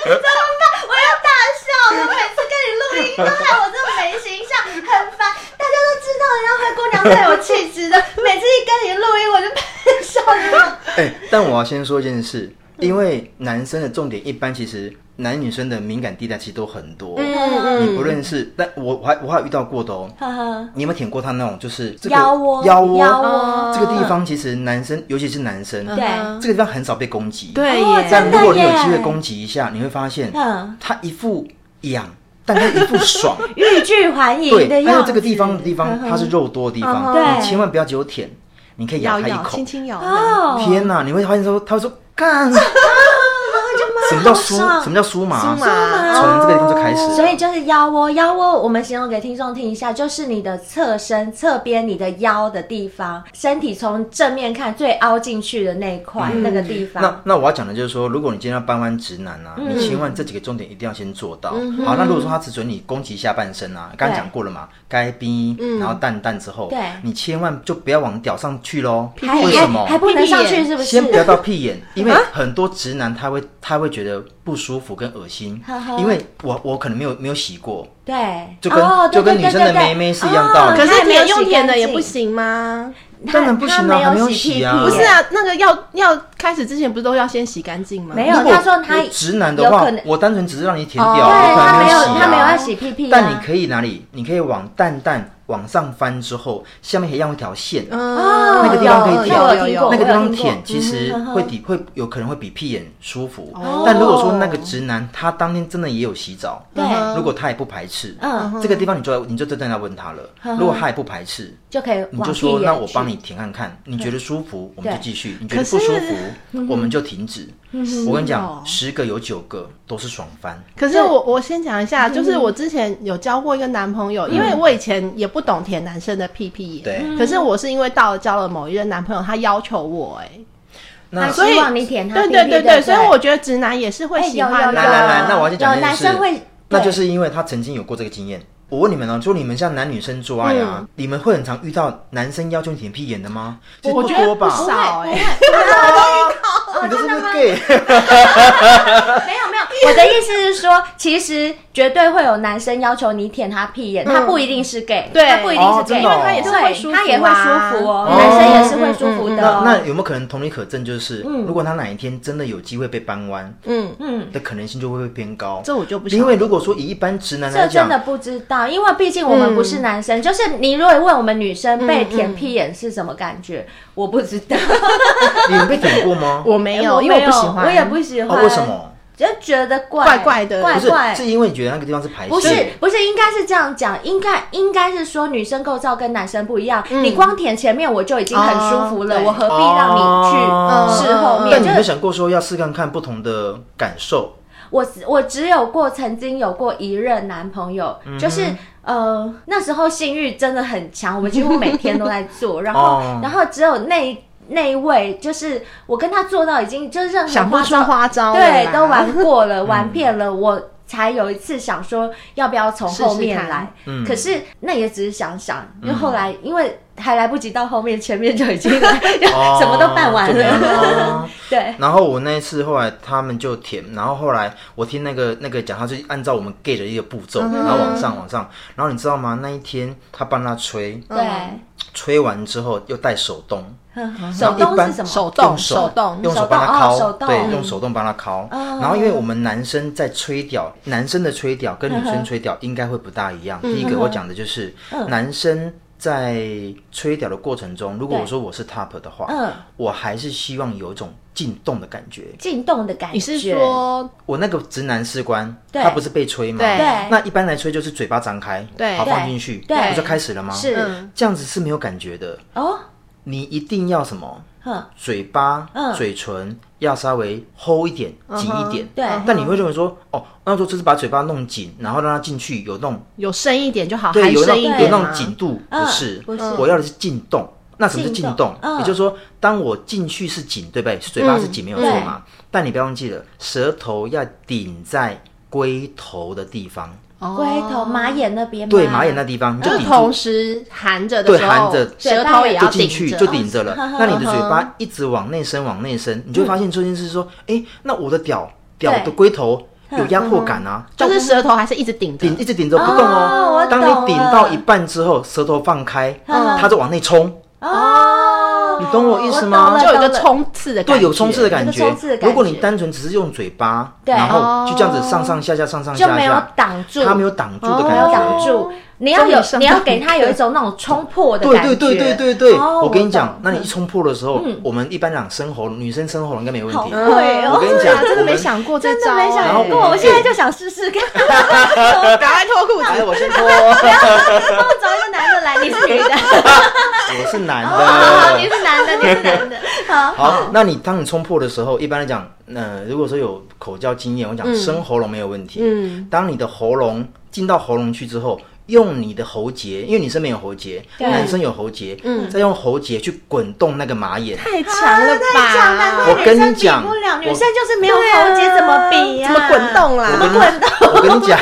C: 我要大笑了。我每次跟你录音都害我这么没形象，很烦。大家都知道，人家灰姑娘最有气质的，每次一跟你录音我就 被笑了。
D: 哎、但我要先说一件事，因为男生的重点一般其实男女生的敏感地带其实都很多，
C: 嗯
D: 你不论是，但我我还我还有遇到过的哦。
C: 呵呵，
D: 你有没有舔过他那种就是这个
C: 腰窝，嗯
D: 腰窝
C: 腰
B: 窝
D: 这个地方？其实男生，尤其是男生，
C: 对
D: 这个地方很少被攻击。，
B: 嗯对
C: 哦
B: 耶，
D: 但
C: 真的
D: 如果你有机
C: 耶
D: 会攻击一下，你会发现
C: 嗯，
D: 他一副痒，但他一副 爽。
C: 欲拒还迎
D: 对，
C: 的
D: 还有
C: 样子。
D: 这个地方的地方，它是肉多的地
B: 嗯
D: 方，
B: 哼
C: 对
D: 你千万不要只有舔，你可以咬
B: 咬
D: 他一
B: 咬，
D: 口
B: 轻。轻咬。嗯
C: 哦，
D: 天哪，你会发现说，他 会说干，
C: 啊
D: 什么叫酥？什么叫酥麻？
B: 酥麻
D: 从这个地方就开始了。
C: 所以就是腰窝，腰窝我们形容给听众听一下，就是你的侧身侧边你的腰的地方，身体从正面看最凹进去的那一块、
D: 嗯
C: 那个地
D: 那
C: 方。
D: 那我要讲的就是说，如果你今天要搬弯直男啊，
C: 嗯
D: 你千万这几个重点一定要先做到。好，那如果说他只准你攻击下半身啊，刚刚讲过了嘛，该逼，然后蛋蛋之后，
C: 嗯对
D: 你千万就不要往屌上去喽。
C: 还
D: 为什么
C: 还？还不能上去是啊不是？
D: 先不要到屁 眼，因为很多直男他会他会觉得不舒服跟恶心
C: 呵呵，
D: 因为我我可能没有没有洗过，
C: 对，
D: 就跟
C: 哦、对
D: 就跟
C: 对对
D: 女生的
C: 对对哦
D: 妹妹是一样道理
B: 可是
C: 没有
B: 舔用
C: 洗
B: 舔的
C: 干
B: 也
C: 净
B: 不，行吗？
C: 他
D: 当然不行啊
C: 他
D: 还
C: 没
D: 没有
C: 洗
D: 洗啊
C: 屁
B: 不
C: 股
B: 是啊，那个要要开始之前不是都要先洗干净吗？
C: 没有
D: 如果
C: 他说他
D: 我直男的
C: 有
D: 话
C: 可能，
D: 我单纯只是让你舔掉，
B: 哦
D: 我
C: 对
D: 可能
C: 他没有
D: 洗
C: 他没有
D: 啊
C: 要洗屁屁、啊，
D: 但你可以哪里？你可以往蛋蛋往上翻之后，下面可以用一条线，
B: 哦
D: 那个地方可以
B: 有
D: 舔
B: 有有有
C: 嗯哦
D: 那个地
C: 我有
D: 方
C: 听过
D: 舔其实
C: 嗯哦
D: 会抵会有可能会比屁眼舒服。但如果说那个直男他当天真的也有洗澡，
C: 对
B: 嗯
D: 如果他也不排斥，
C: 嗯
D: 这个地方你就要你就真的要问他了。如果他也不排斥，
C: 就可以往
D: 你就
C: 屁
D: 说
C: 眼
D: 那我帮
C: 去
D: 你舔看看，你觉得舒服我们
C: 对嗯
D: 就继续，你觉得
B: 可
D: 不舒
B: 是
D: 服我们就停止。我跟你
B: 哦
D: 讲，十个有九个都是爽翻。
B: 可是我我先讲一下，
C: 嗯
B: 就是我之前有交过一个男朋友，因为我以前也不懂舔男生的屁屁眼，
D: 嗯
C: 嗯
D: 对，
B: 可是我是因为到了交了某一任男朋友，他要求我、哎，
C: 他
D: 那
B: 所以
C: 希望你舔他
B: 对
C: 屁嗯屁，
B: 对
C: 对不对，
B: 所以我觉得直男也是会
C: 哎
B: 喜
C: 有有
B: 欢
C: 有
B: 的
D: 来来来，那我要先讲
C: 有
D: 一件
C: 男
D: 事，
C: 生会
D: 那
C: 对
D: 就是因为他曾经有过这个经验。我问你们哦，就你们像男女生做爱啊，
C: 嗯
D: 你们会很常遇到男生要求你舔屁眼的吗？其实
B: 我觉
D: 多
B: 得不
D: 吧，
B: 少哎、
C: 哦
D: 你都是不是 gay？
C: 没有没有，我的意思是说，其实绝对会有男生要求你舔他屁眼，他不一定是 gay，
B: 对
C: 他不一定
D: 哦
C: 是
D: 真
C: gay，
D: 的哦因为他
B: 是会
D: 也
B: 舒服啊
C: 他也会舒服哦
D: 哦，
C: 男生也是会舒服的
D: 那
C: 哦。
D: 那有没有可能同理可证？就是、如果他哪一天真的有机会被扳弯
B: 嗯，
C: 嗯，
D: 的可能性就会偏高。
B: 这我就不晓得
D: 因为如果说以一般直男来
C: 这真
D: 讲
C: 的，不知道，因为毕竟我们不是男生。就是你如果问我们女生被舔屁眼是什么感觉，我不知道，
D: 你们被舔过吗？
B: 我没有，
C: 我
B: 因为我不喜欢，
C: 我也不喜欢。
D: 哦，为什？么？
C: 就觉得怪
B: 怪怪的
C: 怪
D: 不是
C: 怪，，
D: 是因为你觉得那个地方是排泄？
C: 不是不是，应该是这样讲，应该应该是说女生构造跟男生不一样，你光舔前面我就已经很舒服了，
B: 哦
C: 我何必让你
D: 哦
C: 去试后
B: 嗯
C: 面？
D: 但你
C: 就
D: 有没
C: 是
D: 有想过说要试看看不同的感受？
C: 我我只有过曾经有过一任男朋友，就是呃那时候性欲真的很强，我们几乎每天都在做，然后、
D: 哦
C: 然后只有那一那一位，就是我跟他做到已经就是任何
B: 想不
C: 花
B: 出
C: 招
B: 花招了啦
C: 对，都玩过
D: 嗯
C: 了，玩遍了，我才有一次想说要不要从后面来，
D: 嗯
C: 可是那也只是想想，因为后来因为还来不及到后面，前面就已经就
D: 哦
C: 什么都办完
D: 就没
C: 了，
D: 哦
C: 对。
D: 然后我那一次后来他们就舔，然后后来我听那个那个讲，他就按照我们 gay 的一个步
C: 嗯
D: 骤，然后往上往上，然后你知道吗？那一天他帮他吹，
C: 对，
D: 吹完之后又带手动，
C: 手
D: 然后
C: 动
D: 一般
C: 是什么？
B: 手动
D: 用手
B: 动
D: 用
C: 手
D: 手帮
C: 动
D: 他
C: 哦手
D: 敲，
C: 动哦
D: 对，用手动帮他敲。然后因为我们男生在吹屌，男生的吹屌跟女生吹屌应该会不大一样。
C: 嗯
D: 第一个我讲的就是男生。在吹屌的过程中，如果我说我是 top 的话，
C: 嗯
D: 我还是希望有一种进动的感觉。
C: 进动的感觉。
B: 你是说
D: 我那个直男士官，
C: 对
D: 他不是被吹吗？
B: 对
C: 对
D: 那一般来吹就是嘴巴张开，
B: 对
D: 好
C: 对
D: 放进去，
C: 对
D: 不就开始了吗？
C: 是、
B: 嗯
D: 这样子是没有感觉的。
C: 哦，
D: 你一定要什么？
C: 哼，
D: 嘴巴、
C: 嗯
D: 嘴唇要稍微 hold 一点、紧一点。
C: 对嗯
D: 但你会认为说，哦，那就只是把嘴巴弄紧，然后让它进去有那种
B: 有深一点就
C: 啊
B: 好，还
D: 对，有那
B: 深
D: 种
B: 一
D: 有
B: 点
D: 那种
B: 吗？
D: 紧度，
C: 嗯
D: 不是，
C: 不是
D: 我要的是进动。那什么是进
C: 进动
D: 动？
C: 嗯
D: 也就是说，当我进去是紧，对不对？嘴巴是紧，没有错嘛。但你不要忘记了，舌头要顶在龟头的地方，
C: 龟头马眼那边吗，
D: 对，马眼那地方，你
B: 就
D: 就是顶
B: 同
D: 住，
B: 时含着的
D: 对
B: 时候，
D: 含着
B: 舌头也要
D: 就进去
B: 着
D: 就顶 着了。
C: 哦
D: 那你的嘴巴一直往内伸，往内伸，你就会发现这件事说，哎，那我的屌屌的
C: 嗯对嗯
D: 龟头有压迫感啊，
B: 就是舌头还是一直顶着
D: 顶。一直顶着不动
C: 哦我
D: 哦。当
C: 懂
D: 你顶到
C: 了
D: 一半之后，舌头放开，
C: 嗯
D: 它就往内冲。
C: 哦，
D: 你懂我意思吗
C: 我懂了
B: 就有一个冲刺的感
D: 对，
B: 觉，
D: 有冲刺的感
C: 有
D: 觉
C: 冲刺的。感
D: 如果你
C: 觉
D: 单纯只是用嘴巴，
C: 对
D: 然后就这样子上上下下、上上
C: 就
D: 下下，
C: 没有挡住，
D: 它没有挡住的
B: 哦
D: 感
C: 没
D: 觉，
C: 有挡住。你要
B: 终
C: 有
B: 于，上
C: 你要
B: 当
C: 给他有一种那种冲破的
D: 对
C: 感
D: 对
C: 觉。
D: 对对对对，
C: 哦
D: 我跟你讲
C: 懂，嗯
D: 那你一冲破的时候，我们一般讲生喉，女生生喉应该没问
C: 好
D: 题。
C: 会哦，
D: 我跟你讲，
B: 啊真的
D: 我们
B: 没。想过这
C: 真的
B: 招，啊
C: 没
D: 然
C: 想
D: 后
C: 过，
D: 我
C: 我
D: 们
C: 现在就想试试看。
B: 赶快脱裤
D: 来，
B: 子。
D: 哎我先脱，我
C: 帮我找一个男的来，你是女的，
D: 是男
C: 哦你
D: 的。
C: 是男的，你是男的，好，
D: 好，那你当你冲破的时候，一般来讲，呃，如果说有口交经验，我讲生喉咙没有问题。
B: 嗯，
D: 当你的喉咙进到喉咙去之后，用你的喉结，因为女生没有喉结，
C: 对
D: 男生有喉结，
B: 嗯
D: 再用喉结去滚动那个马眼。
B: 太强
D: 啊
B: 了吧！
C: 太强，难怪
D: 我跟
C: 女生
D: 你讲
C: 比不了，女
D: 我
C: 生就是没有喉结，怎么比啊呀？
D: 啊
B: 怎么滚动啦？
D: 我跟你，我跟你讲，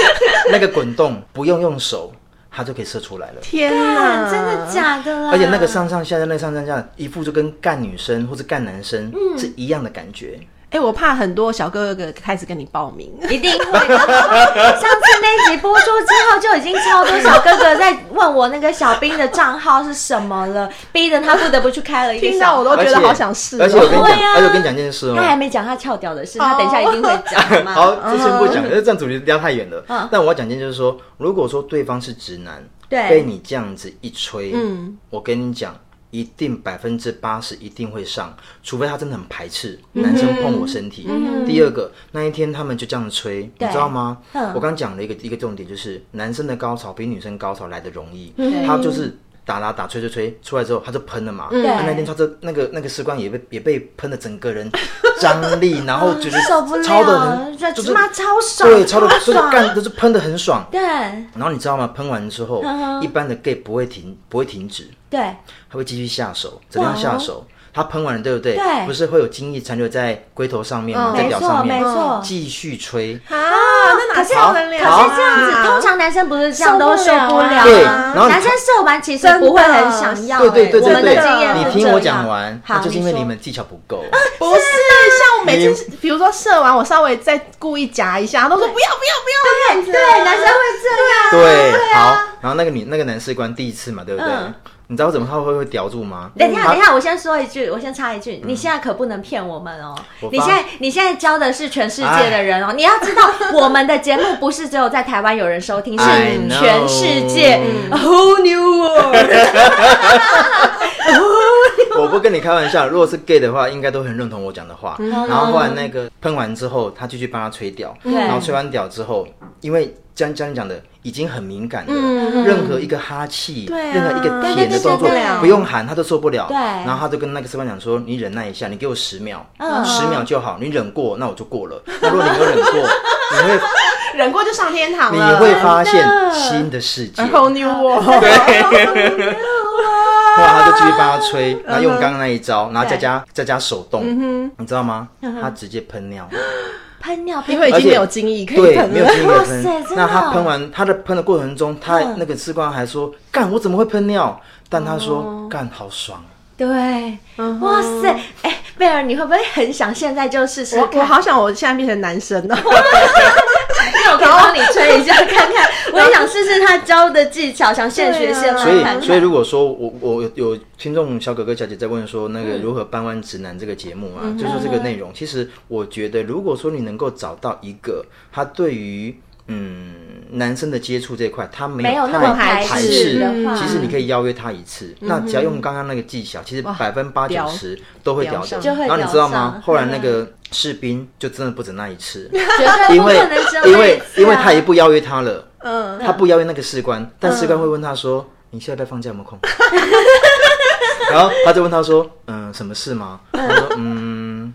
D: 那个滚动不用用手，它就可以射出来了。
B: 天啊
C: 啊？
B: 哪，
C: 真的假的啦？
D: 而且那个上上下下，那个上上下，一副就跟干女生或是干男生
B: 嗯
D: 是一样的感觉。
B: 哎、我怕很多小哥哥开始跟你报名，
C: 一定会的。上次那集播出之后，就已经超多小哥哥在问我那个小兵的账号是什么了，逼得他不得不去开了一个
B: 听到
C: 小
B: 我。都觉得好想试、哦。哎
D: 而且我跟你
C: 对
D: 讲，
C: 啊
D: 而且我跟你讲一件事哦
C: 他。还没讲他翘屌的事，他等一下一定会讲嘛。
D: 好，这先不讲，因为这样主题聊太远了
C: 嗯。
D: 但我要讲一件，就是说，如果说对方是直男，
C: 对
D: 被你这样子一吹，
B: 嗯，
D: 我跟你讲，一定百分之八十一定会上，除非他真的很排斥男生碰我身体。第二个，那一天他们就这样吹，你
C: 对
D: 知道吗？
C: 嗯
D: 我刚讲了一个一个重点，就是男生的高潮比女生高潮来的容易
C: 对，
D: 他就是。打打打，吹吹吹，出来之后他就喷了嘛。
C: 对
D: 那那天他这那个那个士官也被也被喷的，整个人张力，然后觉得
C: 受不了
D: 超的很，
C: 这
D: 就是
C: 妈超爽
D: 对，超的
C: 超
D: 就是
C: 爽
D: 干，就是喷的很爽。
C: 对
D: 然后你知道吗？喷完之后
C: 嗯，哼
D: 一般的 gay 不会停，不会停止，
C: 对，
D: 他会继续下手，怎么样下手？它喷完了，对不对？
C: 哦对
D: 不是会有精液残留在龟头上面吗？
C: 嗯
D: 在
C: 没
D: 表
C: 错
D: 上
C: 没
D: 面，
C: 错。啊
D: 继续吹。
B: 啊那哪
C: 可是
B: 受得了啊？
C: 可
D: 好
C: 是这样子，通常男生不是这样都受不
B: 受
C: 了
B: 不
D: 对，
B: 了
C: 吗
B: 啊
D: 然后你
C: 男生受完其实不会很想要、欸，
D: 对对对
C: 我
D: 对
C: 们的经
D: 对，
C: 验
D: 你
C: 是
D: 听
C: 这
D: 我
C: 样
D: 讲完，
C: 好
D: 那就是因为
C: 你
D: 你
C: 说啊
D: 们技巧不够。
B: 不是，像我每次比如说射完，我稍微再故意夹一下，都说不要 不要不要，
C: 对男生会这样，
D: 对，好，然后那个女那个男士官第一次嘛，对不对
C: 啊嗯？
D: 你知道我怎么他会会叼住吗？
C: 等一下，
D: 他
C: 等一下，我先说一句，我先插一句，你现在可不能骗我们哦！
D: 嗯我
C: 你
D: 发哎
C: 现在你现在教的是全世界的人哦，你要知道，我们的节目不是只有在台湾有人收听，是
D: I
C: 全世界哦
D: know
C: a whole new world。
D: 我不跟你开玩笑，如果是 gay 的话，应该都很认同我讲的
B: 嗯
D: 话。然后后来那个喷完之后，他就去帮他吹掉，
B: 嗯
C: 对
D: 然后吹完屌之后，因为像像你讲的，已经很敏感了，
B: 嗯
D: 任何一个哈气，
B: 对啊
D: 任何一个舔
C: 对对
D: 的动作
C: 对对对，
D: 不用喊他都受不了。
C: 对
D: 然后他就跟那个士官讲说：“你忍耐一下，你给我十秒，
B: 啊
C: 嗯
D: 十秒就好，你忍过那我就过了。那如果你没有忍过，你 会
B: 忍过就上天堂
D: 你
B: 了。
D: 会发现新的世界。”
B: 然 后 new world，
D: 后来啊他就继续帮他吹，
C: 嗯
D: 然后用刚刚那一招，然后再加再加手动，你知道吗？
C: 嗯
D: 他直接 喷尿，
C: 喷尿喷
B: 因为已
D: 而
B: 经
D: 且
B: 没有精液可以
D: 对，
B: 喷
D: 没有
B: 了。
D: 经验
C: 哇塞
D: 喷
C: 真。的
D: 那
C: 哦嗯
D: 他喷完他的喷的过程中，他那个士官还说：“干，我怎么会喷尿？”但他
C: 嗯
D: 说：“干，好爽。
C: 对，
B: 嗯哼
C: 哇塞！哎，贝尔，你会不会很想现在就试试
B: 我我
C: 看？
B: 好想我现在变成男生 了，
C: 因为我可以帮你吹一下看 看，我也想试试他教的技巧，想现学现”卖
D: 啊所
C: 看看。
D: 以，所以如果说我我有有听众小哥哥小姐在问说那个
C: 嗯
D: 如何搬弯直男这个节目啊，就是这个内容。其实我觉得，如果说你能够找到一个他对于嗯男生的接触这一块，他没
C: 没有
D: 有
C: 那
D: 太
C: 么
B: 排
D: 排
B: 斥
D: 斥
C: 的话，嗯
D: 其实你可以邀约他一次，那只要用刚刚那个技巧，其实百分之八九十都会屌
B: 屌
D: 掉。
B: 上
C: 就会
D: 然后你
C: 屌
D: 知道
C: 上
D: 吗？后来那
C: 嗯
D: 个士兵就真的不止那一 次，
C: 绝对
D: 因
C: 不
D: 为
C: 可能只有
D: 因
C: 那一
D: 为
C: 次
D: 因为
C: 啊
D: 他也不邀约他了，
B: 嗯，
D: 他不邀约那个士官，但
C: 嗯
D: 士官会问他说：“你下礼拜放假有没有空？” 然后他就问他说：“嗯，什么事吗？”他说：“嗯，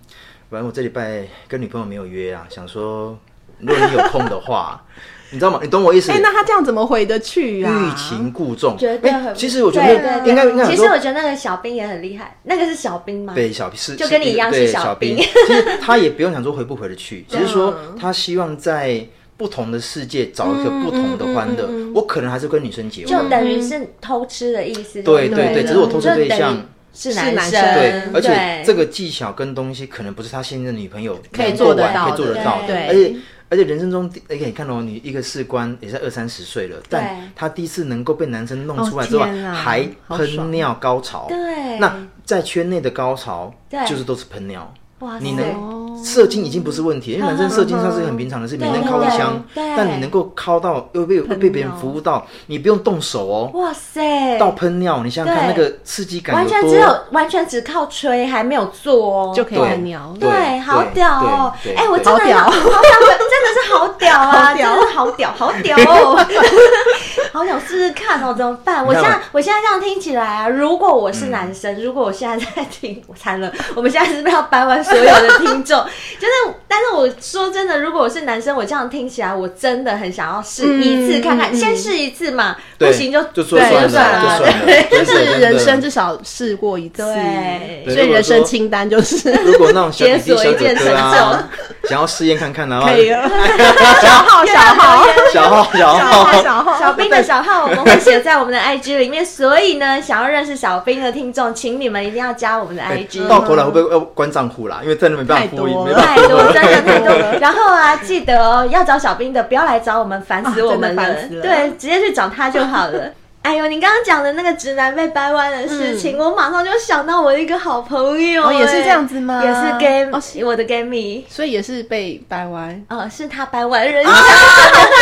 D: 反正我这礼拜跟女朋友没有约啊，想说如果你有空的话，你知道吗？你懂我意思？
B: 哎，那他这样怎么回得去啊？
D: 欲擒故纵，
C: 绝对
D: 哎
C: 很。
D: 其实我觉
C: 对对
D: 得
C: 对
D: 应该应该很
C: 其实
D: 多
C: 我觉得那个小兵也很厉害，那个是小兵吗？
D: 对小是
C: 就跟你一样是
D: 对
C: 小
D: 小
C: 兵嗯
D: 其实他也不用想说回不回得去，只是说他希望在不同的世界找一个不同的
C: 嗯
D: 欢乐。我可能还是跟女生结
C: 就
D: 婚，啊
C: 等于是偷吃的意思。
D: 对
C: 不
D: 对
C: 对
D: 对，
C: 了
D: 只是我偷吃对象。
C: 就等于
B: 是
C: 是
B: 男
C: 男
B: 生
C: 生，
D: 对，而且
C: 嗯对
D: 这个技巧跟东西可能不是他现任女朋友
B: 可以
D: 能
B: 做
D: 够
B: 得
D: 玩
B: 到
D: 可以做
B: 的
D: 得到的，
B: 对
D: 而且而且人生中第，而且你看哦，你一个士官也是二三十岁了，但
C: 对
D: 他第一次能够被男生弄
B: 哦
D: 出来之外
B: 天，啊
D: 还
B: 好爽
D: 喷尿高潮，
C: 对
D: 那在圈内的高潮
C: 对啊
D: 就是都是喷尿，
C: 哇塞
D: 你能射精已经不是问题，因为男生射精它是很平常的事，你
C: 哦对
D: 能靠到枪，
C: 对对
D: 但你能够靠到又被又被别人服务到，你不用动手哦，
C: 哇塞，
D: 到喷尿，你想想看那
C: 对
D: 个刺激感
C: 完
D: 有
C: 全
D: 多
C: 只有完全只靠吹，还没有做哦，
B: 就可以
D: 对
B: 喷尿。
D: 对
C: 对，好屌哦！
D: 对对
C: 哎， 我真的
B: 好屌
C: 好想问，真的是好屌 啊！
B: 好屌
C: 真的好屌，好屌哦！ 好想试试看哦，怎么办？我现
D: 你
C: 在
D: 看嗯嘛
C: 我现在这样听起来啊，如果我是男生，如果我现在在听，我惨了，我们现在是不是要搬完所有的听众？ 就是，但是我说真的，如果我是男生，我这样听起来，我真的很想要试一次看看，
B: 嗯嗯嗯
C: 先试一次嘛，
D: 对
C: 不行就
D: 就说
B: 对就
D: 算了，就
B: 算了
D: 算了，
B: 就
D: 真的
B: 是人生。
D: 真的
B: 至少试过一次，
C: 对
B: 所以人生清单 就是
D: 如果那种小
C: 解
D: 弟弟、
C: 锁
D: 小
C: 一
D: 哥
C: 件
D: 哥啊，想要试验看看的话
B: 可，以 了。小号，小号，
D: 小号小
B: 啊小号，
D: 号，
B: 小号，
C: 小兵的小号我们会写在我们的 IG 里面，所以呢，想要认识小兵的听众，请你们一定要加我们的
D: 哎
C: IG。
D: 到头来会不会要关账户啦？因为真的没办法复印，
B: 太多了
D: 没
C: 太
D: 办法。
C: 多，真的太多了。然后啊，记得哦，要找小兵的，不要来找我们，烦死我们了。
B: 啊真的烦死了
C: 对，直接去找他就好了。哎呦，你刚刚讲的那个直男被掰弯的事情，我马上就想到我一个好朋友、
B: 哦也是
C: 哎
B: 这样子吗
C: 也是 gay，、
B: 哦
C: 我的 gay 迷，
B: 所以也是被掰 弯。
C: 呃，是他掰弯人家。
B: 坏
D: 谁谁谁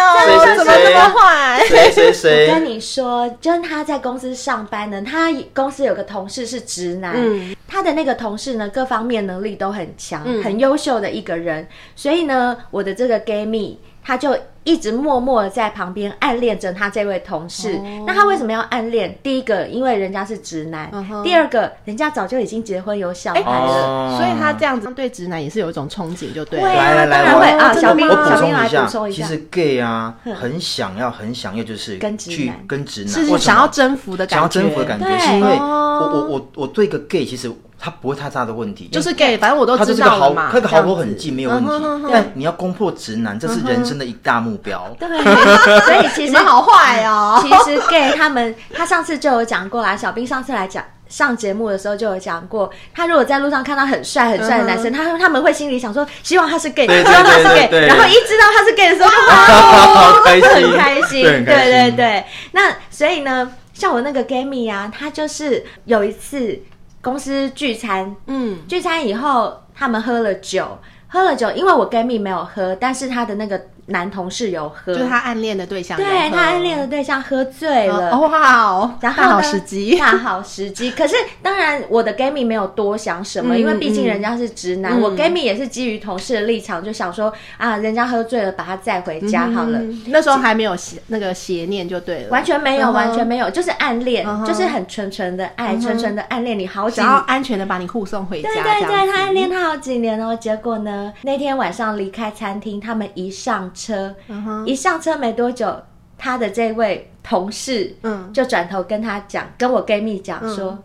B: 哦怎么那么坏？
D: 谁谁
C: 我跟
D: 谁？
C: 你说，就是他在公司上班呢，他公司有个同事是直男，
B: 嗯
C: 他的那个同事呢，各方面能力都很强，
B: 嗯
C: 很优秀的一个人，所以呢，我的这个 gay 蜜他就一直默默的在旁边暗恋着他这位同事。
B: 哦
C: 那他为什么要暗恋？第一个，因为人家是直男；
B: 嗯哼
C: 第二个，人家早就已经结婚有小孩
B: 哎
C: 了。
D: 哦
B: 所以他这样子对直男也是有一种憧憬，就对
C: 会
B: 了。
C: 啊
D: 来来
C: 当
D: 来，
C: 然
D: 我
C: 会啊
D: 我
C: 小兵
D: 我
C: 小
D: 补充
C: 兵来
D: 一下，
C: 补充一下
D: 其实 gay 啊，很想要很想要就是
C: 跟直
D: 去
C: 男
D: 跟直男，
B: 是
D: 为什
B: 想
D: 么
B: 要征服的感觉，
D: 想要征服的感觉，
C: 对
D: 是因为
B: 哦
D: 我我我我对一个 gay 其实他不会太大的问题，
B: 就是 gay，反正我都
D: 他就
B: 哦知
D: 是个
B: 道了
D: 好
B: 嘛。
D: 他个
B: 这样
D: 好
B: 子
D: 友很近没有问题
B: 嗯哼哼，嗯
D: 但你要攻破直男，这是人生的一大目 标。
C: 对， 所以其
B: 哎你
C: 实
B: 们好坏哦。
C: 其实 gay 他们， 他上次就有讲过啦，小兵上次来讲。上节目的时候就有讲过，他如果在路上看到很帅很帅的男生，他他们会心里想说，希望他是 gay，
D: 对
C: 希
D: 对
C: 望他是 gay，
D: 对对对
C: 然后一知道他是 gay 的时候就哇，
D: 好开心
C: 很开 心，
D: 对很开心
C: 对对对。那所以呢，像我那个 gay 蜜啊，他就是有一次公司聚餐，
B: 嗯，
C: 聚餐以后，他们喝了酒，喝了酒，因为我 gay 蜜没有喝，但是他的那个男同事有喝，
B: 就是他暗恋的对象有喝，
C: 对他暗恋的对象喝醉了。
B: 哦哇哦，
C: 然后
B: 大
C: 呢
B: 好时机。
C: 大好时机。可是当然，我的 gay 蜜没有多想什么，
B: 嗯
C: 因为毕竟人家是直男，
B: 嗯
C: 我 gay 蜜也是基于同事的立场，就想说啊，人家喝醉了，把他载回家好了。
B: 嗯那时候还没有邪那个邪念就对了，
C: 完全没有，
B: 嗯哼
C: 完全没有，就是暗恋
B: 嗯哼嗯
C: 就是很纯纯的爱，纯纯的暗恋你好几
B: 想要安全的把你护送回家。
C: 对
B: 这
C: 对
B: 样
C: 对，
B: 子
C: 他暗恋他好几年哦。结果呢，那天晚上离开餐厅，他们一上车，
B: 嗯哼
C: 一上车没多久，他的这位同事，
B: 嗯
C: 就转头跟他讲，跟我闺蜜讲说。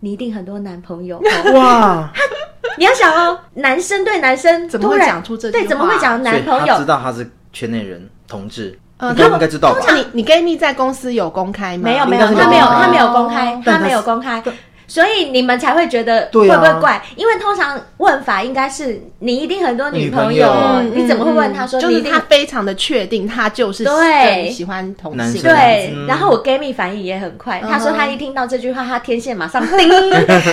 C: 你一定很多男朋友哦、
D: 哇，
C: 你要想哦，男生对男生
B: 怎么会
C: 突然
B: 讲出这句话
C: 对，怎么会讲
D: 所
C: 男
D: 以
C: 朋
D: 他知
C: 友？
D: 道他是圈内人同志，
B: 呃
D: 应该应该知道吧
B: 通？常你你 gay 蜜在公司有公开吗？
C: 没有没
D: 应
C: 有，
D: 该是
C: 他没有
D: 公开
C: 他没有公开
B: 哦，
C: 他
D: 但他
C: 没有公开，所以你们才会觉得会
D: 对啊
C: 不会怪？因为通常问法应该是你一定很多女朋哦
B: 嗯
D: 女朋友啊
C: 你怎么会问他说
B: 就
C: 你
B: 是
C: 一定
B: 他非常的确定，他就是
C: 对
B: 更喜欢同
D: 男
B: 性。
D: 生
C: 对，
D: 嗯
C: 然后我 gay 蜜反应也很快，
B: 嗯哼
C: 他说他一听到这句话，他天线马上 叮，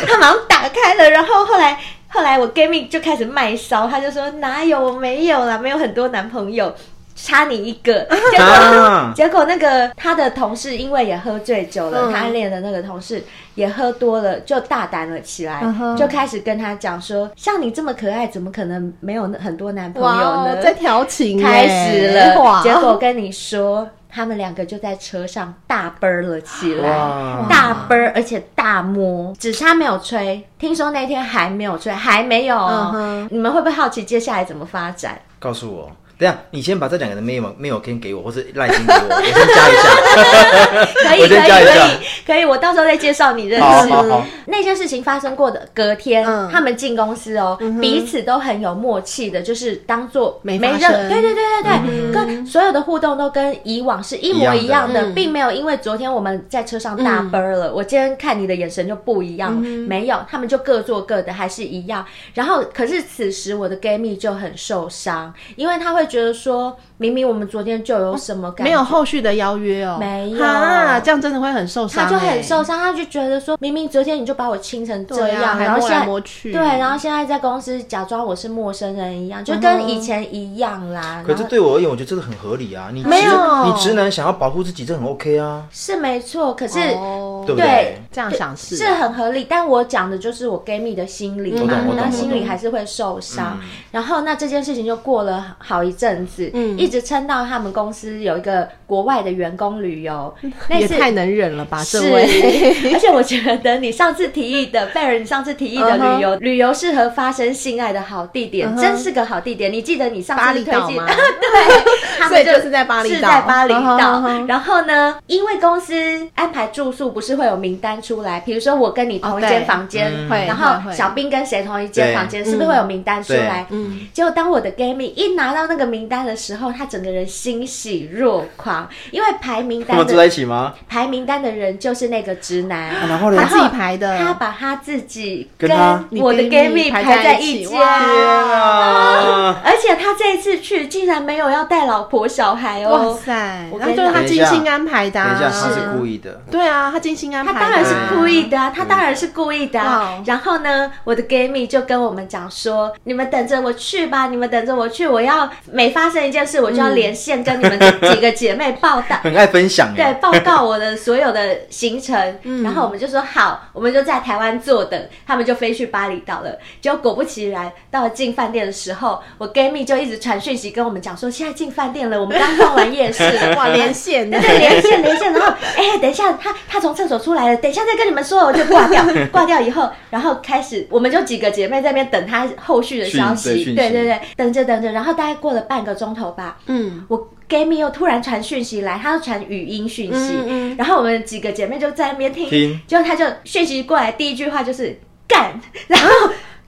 C: 他马上打开了，然后后来。后来我 gay 蜜就开始卖骚，他就说哪有我没有啦，没有很多男朋友，差你一 个。结果、
D: 啊
C: 结果那个他的同事因为也喝醉酒了，
B: 嗯
C: 他暗恋的那个同事也喝多了，就大胆了起来，
B: 嗯哼
C: 就开始跟他讲说，像你这么可爱，怎么可能没有很多男朋友
B: 哇
C: 呢？
B: 哦，在调情耶
C: 开始了，
B: 哇
C: 结果跟你说，他们两个就在车上大奔儿了起来，
D: 哇，
C: 大奔儿，而且大摸，只差没有吹。听说那天还没有吹，还没有哦、
B: 嗯哼
C: 你们会不会好奇接下来怎么发展？
D: 告诉我。等一下，你先把这两个人没有没有先给我，或者赖先给我，我先 加一下。
C: 可以，可
D: 我
C: 以，
D: 先
C: 可
D: 加一下
C: 以，可以，我到时候再介绍你认
D: 好
C: 识。
D: 好好，
C: 那件事情发生过的隔天，
B: 嗯
C: 他们进公司哦，彼此都很有默契的，就是当做
B: 没
C: 没
B: 发
C: 任
B: 生嗯
C: 对对对对对，跟所有的互动都跟以往是一模一样
D: 一样
C: 的，
D: 的
C: 并没有因为昨天我们在车上大奔
B: 嗯
C: 了，我今天看你的眼神就不一样，没有，他们就各做各的，还是一样。然后，可是此时我的 gay 蜜就很受伤，因为他会觉得说，明明我们昨天就有什么感觉，
B: 哦没有后续的邀约哦，
C: 没有
B: 哈，这样真的会很受伤欸
C: 他
B: 耶，
C: 就很受伤，他就觉得说，明明昨天你就把我亲成这
B: 对啊
C: 样，
B: 还
C: 然后
B: 摸
C: 现
B: 来
C: 在
B: 摸去
C: 对，然后现在在公司假装我是陌生人一样，就
B: 嗯
C: 跟以前一样啦。
D: 可
C: 然
D: 是
C: 后
D: 对我而言，我觉得这个很合理啊。你直
B: 没有
D: 你直男想要保护自己，这很 OK 啊，
C: 是没错，可是
B: 哦
D: 对不
C: 对
B: 这样想是
C: 是很合理，但我讲的就是我 gay 蜜的心理
D: 我
C: 嘛
D: 懂我，懂嗯
C: 那
D: 我
C: 心里
D: 懂
C: 还是会受伤。然后那这件事情就过了好一阵子，
B: 嗯
C: 一直撑到他们公司有一个国外的员工旅游，那
B: 也
C: 次
B: 太能忍了吧，这
C: 是
B: 位。，
C: 而且我觉得你上次提议的贝尔，你上次提议
B: 嗯
C: 的旅游旅游适合发生性爱的好地点真是个好地点。你记得你上
B: 巴
C: 次
B: 厘
C: 推
B: 岛
C: 荐，
B: 吗
C: 对，他
B: 所
C: 们
B: 以就是在巴厘岛
C: 是在巴厘
B: 嗯哼嗯
C: 岛。
B: 哼
C: 然后呢，因为公司安排住宿不是会有名单出来，比如说我跟你同一
B: 哦对
C: 间房间，
D: 嗯
B: 会
C: 然
B: 会
C: 后
B: 会
C: 小兵跟谁同一间
D: 对
C: 房间，是不是会有名单出来？
D: 对
B: 嗯
C: 结果当我的 gay 蜜一拿到那个名单的时候，他整个人欣喜若狂，因为排名
D: 他
C: 单
D: 们
C: 的
D: 住在一起吗？
C: 排名单的人就是那个直男，
D: 啊然后 嘞
B: 他自己排的
C: 他把他自己
D: 跟他
C: 我的
B: 你
C: gay
B: gay
C: 蜜
B: 蜜
C: 排在一
B: 排在一
C: 间
B: 起，哇
D: 啊，
C: 而且他这一次去竟然没有要带老婆小孩
B: 哇
C: 哦，
B: 塞，
C: 我
B: 那
C: 跟
B: 就是他
D: 你
B: 精
D: 讲
B: 心安排的、
D: 等一
B: 啊。
D: 下，他是故意的。
B: 对啊，他精心安
C: 他
B: 排的、
C: 当然是故意的啊，他
D: 嗯
C: 当然是故意的啊、
B: 哇
C: 然后呢，我的 gay 蜜就跟我们讲说：“你们等着我去吧，你们等着我去，我要每发生一件事，我就要
B: 嗯
C: 连线跟你们几个姐妹报道。
D: 很爱分享欸
C: 对
D: 耶，，
C: 报告我的所有的行程，然后我们就说好，我们就在台湾坐等，他们就飞去巴厘岛了。结果果不其然，到了进饭店的时候，我 gay 蜜就一直传讯息跟我们讲说，现在进饭店了，我们刚逛完夜市，
B: 哇连线的
C: 对。对，连线连线，然后哎、等一下，他他从厕所出来了，等一下再跟你们说，我就挂掉，挂掉以后，然后开始我们就几个姐妹在那边等他后续的消息，
D: 讯对讯
C: 对
D: 息
C: 对对，等着等着，然后大概过了半个钟头吧，
B: 嗯，
C: 我 gay 蜜又突然传讯息来，她又传语音讯息，
B: 嗯嗯
C: 然后我们几个姐妹就在那边听，
D: 听
C: 结果她就讯息过来，第一句话就是干， 然后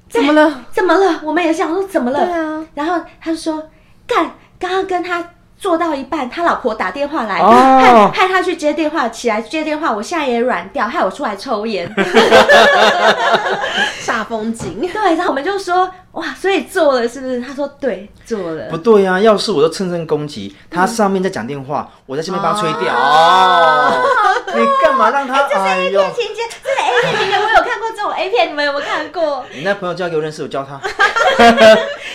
B: 怎么了？
C: 怎么了？我们也想说怎么了？
B: 对啊，
C: 然后他就说：“干，刚刚跟他做到一半，他老婆打电话来，害
D: 哦
C: 害他去接电话，起来接电话，我现在也软掉，害我出来抽烟。
B: 煞风景。
C: 对，然后我们就说：哇，所以做了是不是？他说对，做了
D: 不。对呀、啊，要是我就乘胜攻击，他上面在讲电话，我在下面把他吹掉。哦，你干嘛 让他？哎呦，
C: 情节，这个 A 片情节我有看过，这种 A 片你们有没有看过？
D: 你那朋友叫给我认识，我 教他。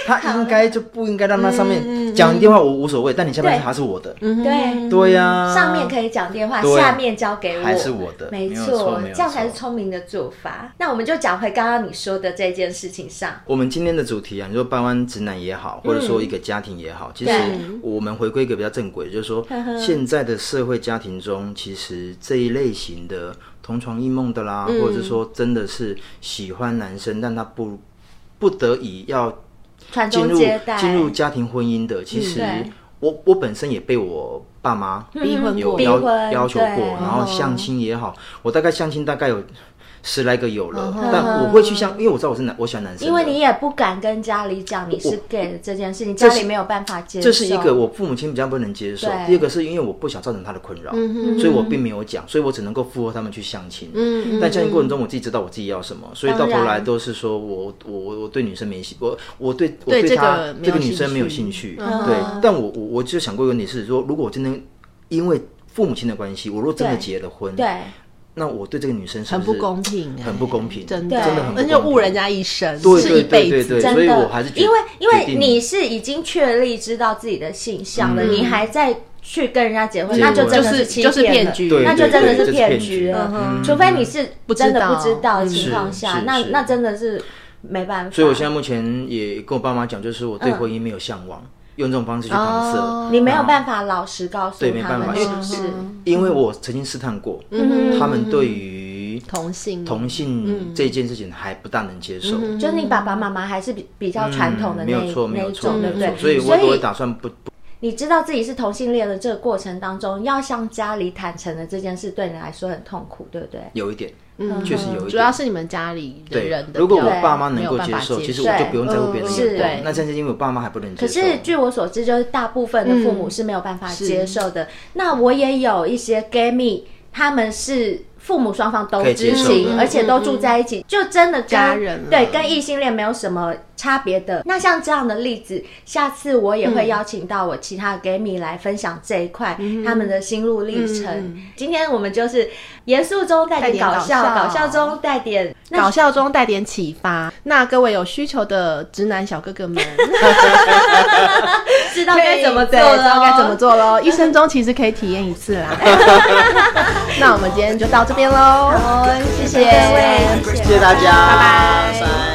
D: 他应该就不应该让他上面讲电话，我无所谓，但你下面
C: 嗯对
D: 他是我的，
B: 嗯
C: 对。
D: 对呀，
C: 上面可以讲电话，
D: 对
C: 下面交给我，
D: 还是我的
C: 没
D: 没有错
C: 错
D: 没，有
C: 这样才是
D: 错
C: 聪明的做法。那我们就讲回刚刚你说的这件事情上，
D: 我们今天的主题啊，你说搬湾直男也好，或者说一个家庭也好，其实
C: 嗯对
D: 我们回归一个比较正轨，就是说
C: 呵呵
D: 现在的社会家庭中，其实这一类型的同床异梦的啦，
C: 嗯
D: 或者是说真的是喜欢男生，但他不不得已要
C: 传
D: 进
C: 宗
D: 入
C: 接代，
D: 进入家庭婚姻的，其
C: 嗯
D: 实
C: 对嗯
D: 我我本身也被我爸妈
B: 逼婚
D: 有
B: 过
C: 逼
D: 要
C: 婚
D: 要求过
C: 对，哦
D: 然后相亲也好，我大概相亲大概有十来个有了，
B: 嗯
D: 但我会去相，因为我知道我是男，我喜欢男生的，
C: 因为你也不敢跟家里讲你是 gay 的这件事情，家里没有办法接受。
D: 这是一个我父母亲比较不能接受
C: 对，
D: 第二个是因为我不想造成他的困扰，所以我并没有讲，所以我只能够附和他们去相亲。
B: 嗯
D: 但相亲过程中，我自己知道我自己要什么，所以到
C: 当然
D: 头来都是说我我我我对女生没兴，我我对我
B: 对这个
D: 她
B: 没有
D: 这个女生没有
B: 兴
D: 兴
B: 趣
D: 趣。
B: 嗯
D: 对，但我我我就想过一个问题是说，如果我真的因为父母亲的关系，我如果真的
C: 对
D: 结了婚，
C: 对
D: 那我对这个女生是
B: 很
D: 不
B: 不
D: 是
B: 公平哎，
D: 很不公平，
B: 真
C: 对
B: 的，
D: 真的很不
B: 那
D: 公
B: 就
D: 平
B: 误人家一生，
D: 对
B: 是一辈
D: 对
B: 子。
D: 对
C: 真
D: 所以
C: 的，
D: 我还是决
C: 因为因
D: 决
C: 为
D: 定
C: 你是已经确立知道自己的性向了，
D: 嗯
C: 你还在去跟人家结婚，
D: 结
C: 那
D: 婚
C: 就真的
B: 就是
C: 欺
B: 就是
C: 骗
B: 骗
C: 了
B: 局
D: 对
C: 那就真的是骗
D: 对对这是骗局嗯
C: 了
B: 嗯。哼
C: 除非你是真的不知道的情况
D: 是
C: 下，
D: 是
C: 那
D: 是
C: 那真的是没办法。
D: 所以我现在目前也跟我爸妈讲，就是我对婚姻没有向往，用这种方式去搪
B: 嗯
D: 塞。
B: 哦
C: 你没有办法老实告诉
D: 对没
C: 他
D: 办法
C: 们
D: 因
C: 是
D: 为
C: 不是？
D: 因为我曾经试探过，
C: 嗯
D: 他们对于
B: 同性
D: 同性这件事情还不大能接受。
C: 就是你爸爸妈妈还是比比较嗯传统的那
D: 嗯没有
C: 一
D: 错，没
C: 那
D: 有
C: 一
D: 错，
C: 种，
D: 没
C: 对
D: 有
C: 不
D: 错
C: 对？
D: 所以我我也打算不不
C: 你知道自己是同性恋的这个过程当中，要向家里坦诚的这件事，对你来说很痛苦，对不对？
D: 有一点，确实有一
B: 主要
D: 点。
B: 是你们家里的嗯
D: 对
B: 人，的
D: 如果我
B: 标准
D: 爸妈能
B: 没
D: 够
B: 有办
D: 接
B: 法
D: 受，其实
B: 受
D: 我就不用在乎别人的眼
C: 是
D: 光
B: 对。嗯
D: 那正是因为我爸妈还不能接
C: 可
D: 受。
C: 是据我所知，就是大部分的父母
B: 嗯
C: 是没有办法接受的。那我也有一些 gay 蜜，他们是。父母双方都
D: 可以
C: 知
D: 接受
C: 情，
D: 的
C: 而且都住在一起，就真的跟
B: 嗯家人啊了
C: 对，跟异性恋没有什么差别的。那像这样的例子，下次我也
B: 嗯
C: 会邀请到我其他的 gay 蜜来分享这一块、他们的心路历
B: 嗯
C: 程。今天我们就是严肃中带
B: 带
C: 点
B: 点
C: 搞
B: 搞
C: 笑，
B: 笑
C: 搞笑中带点那
B: 搞笑中带点启发。那各位有需求的直男小哥哥 们，
C: 知道该怎么做
B: 对
C: 了，
B: 知道该怎么。做 喽。一生中其实可以体验一次啦。 那我们今天就到这边喽，
C: 哦，谢谢
B: 谢谢
C: 各位，谢谢
D: 谢谢大家，拜拜。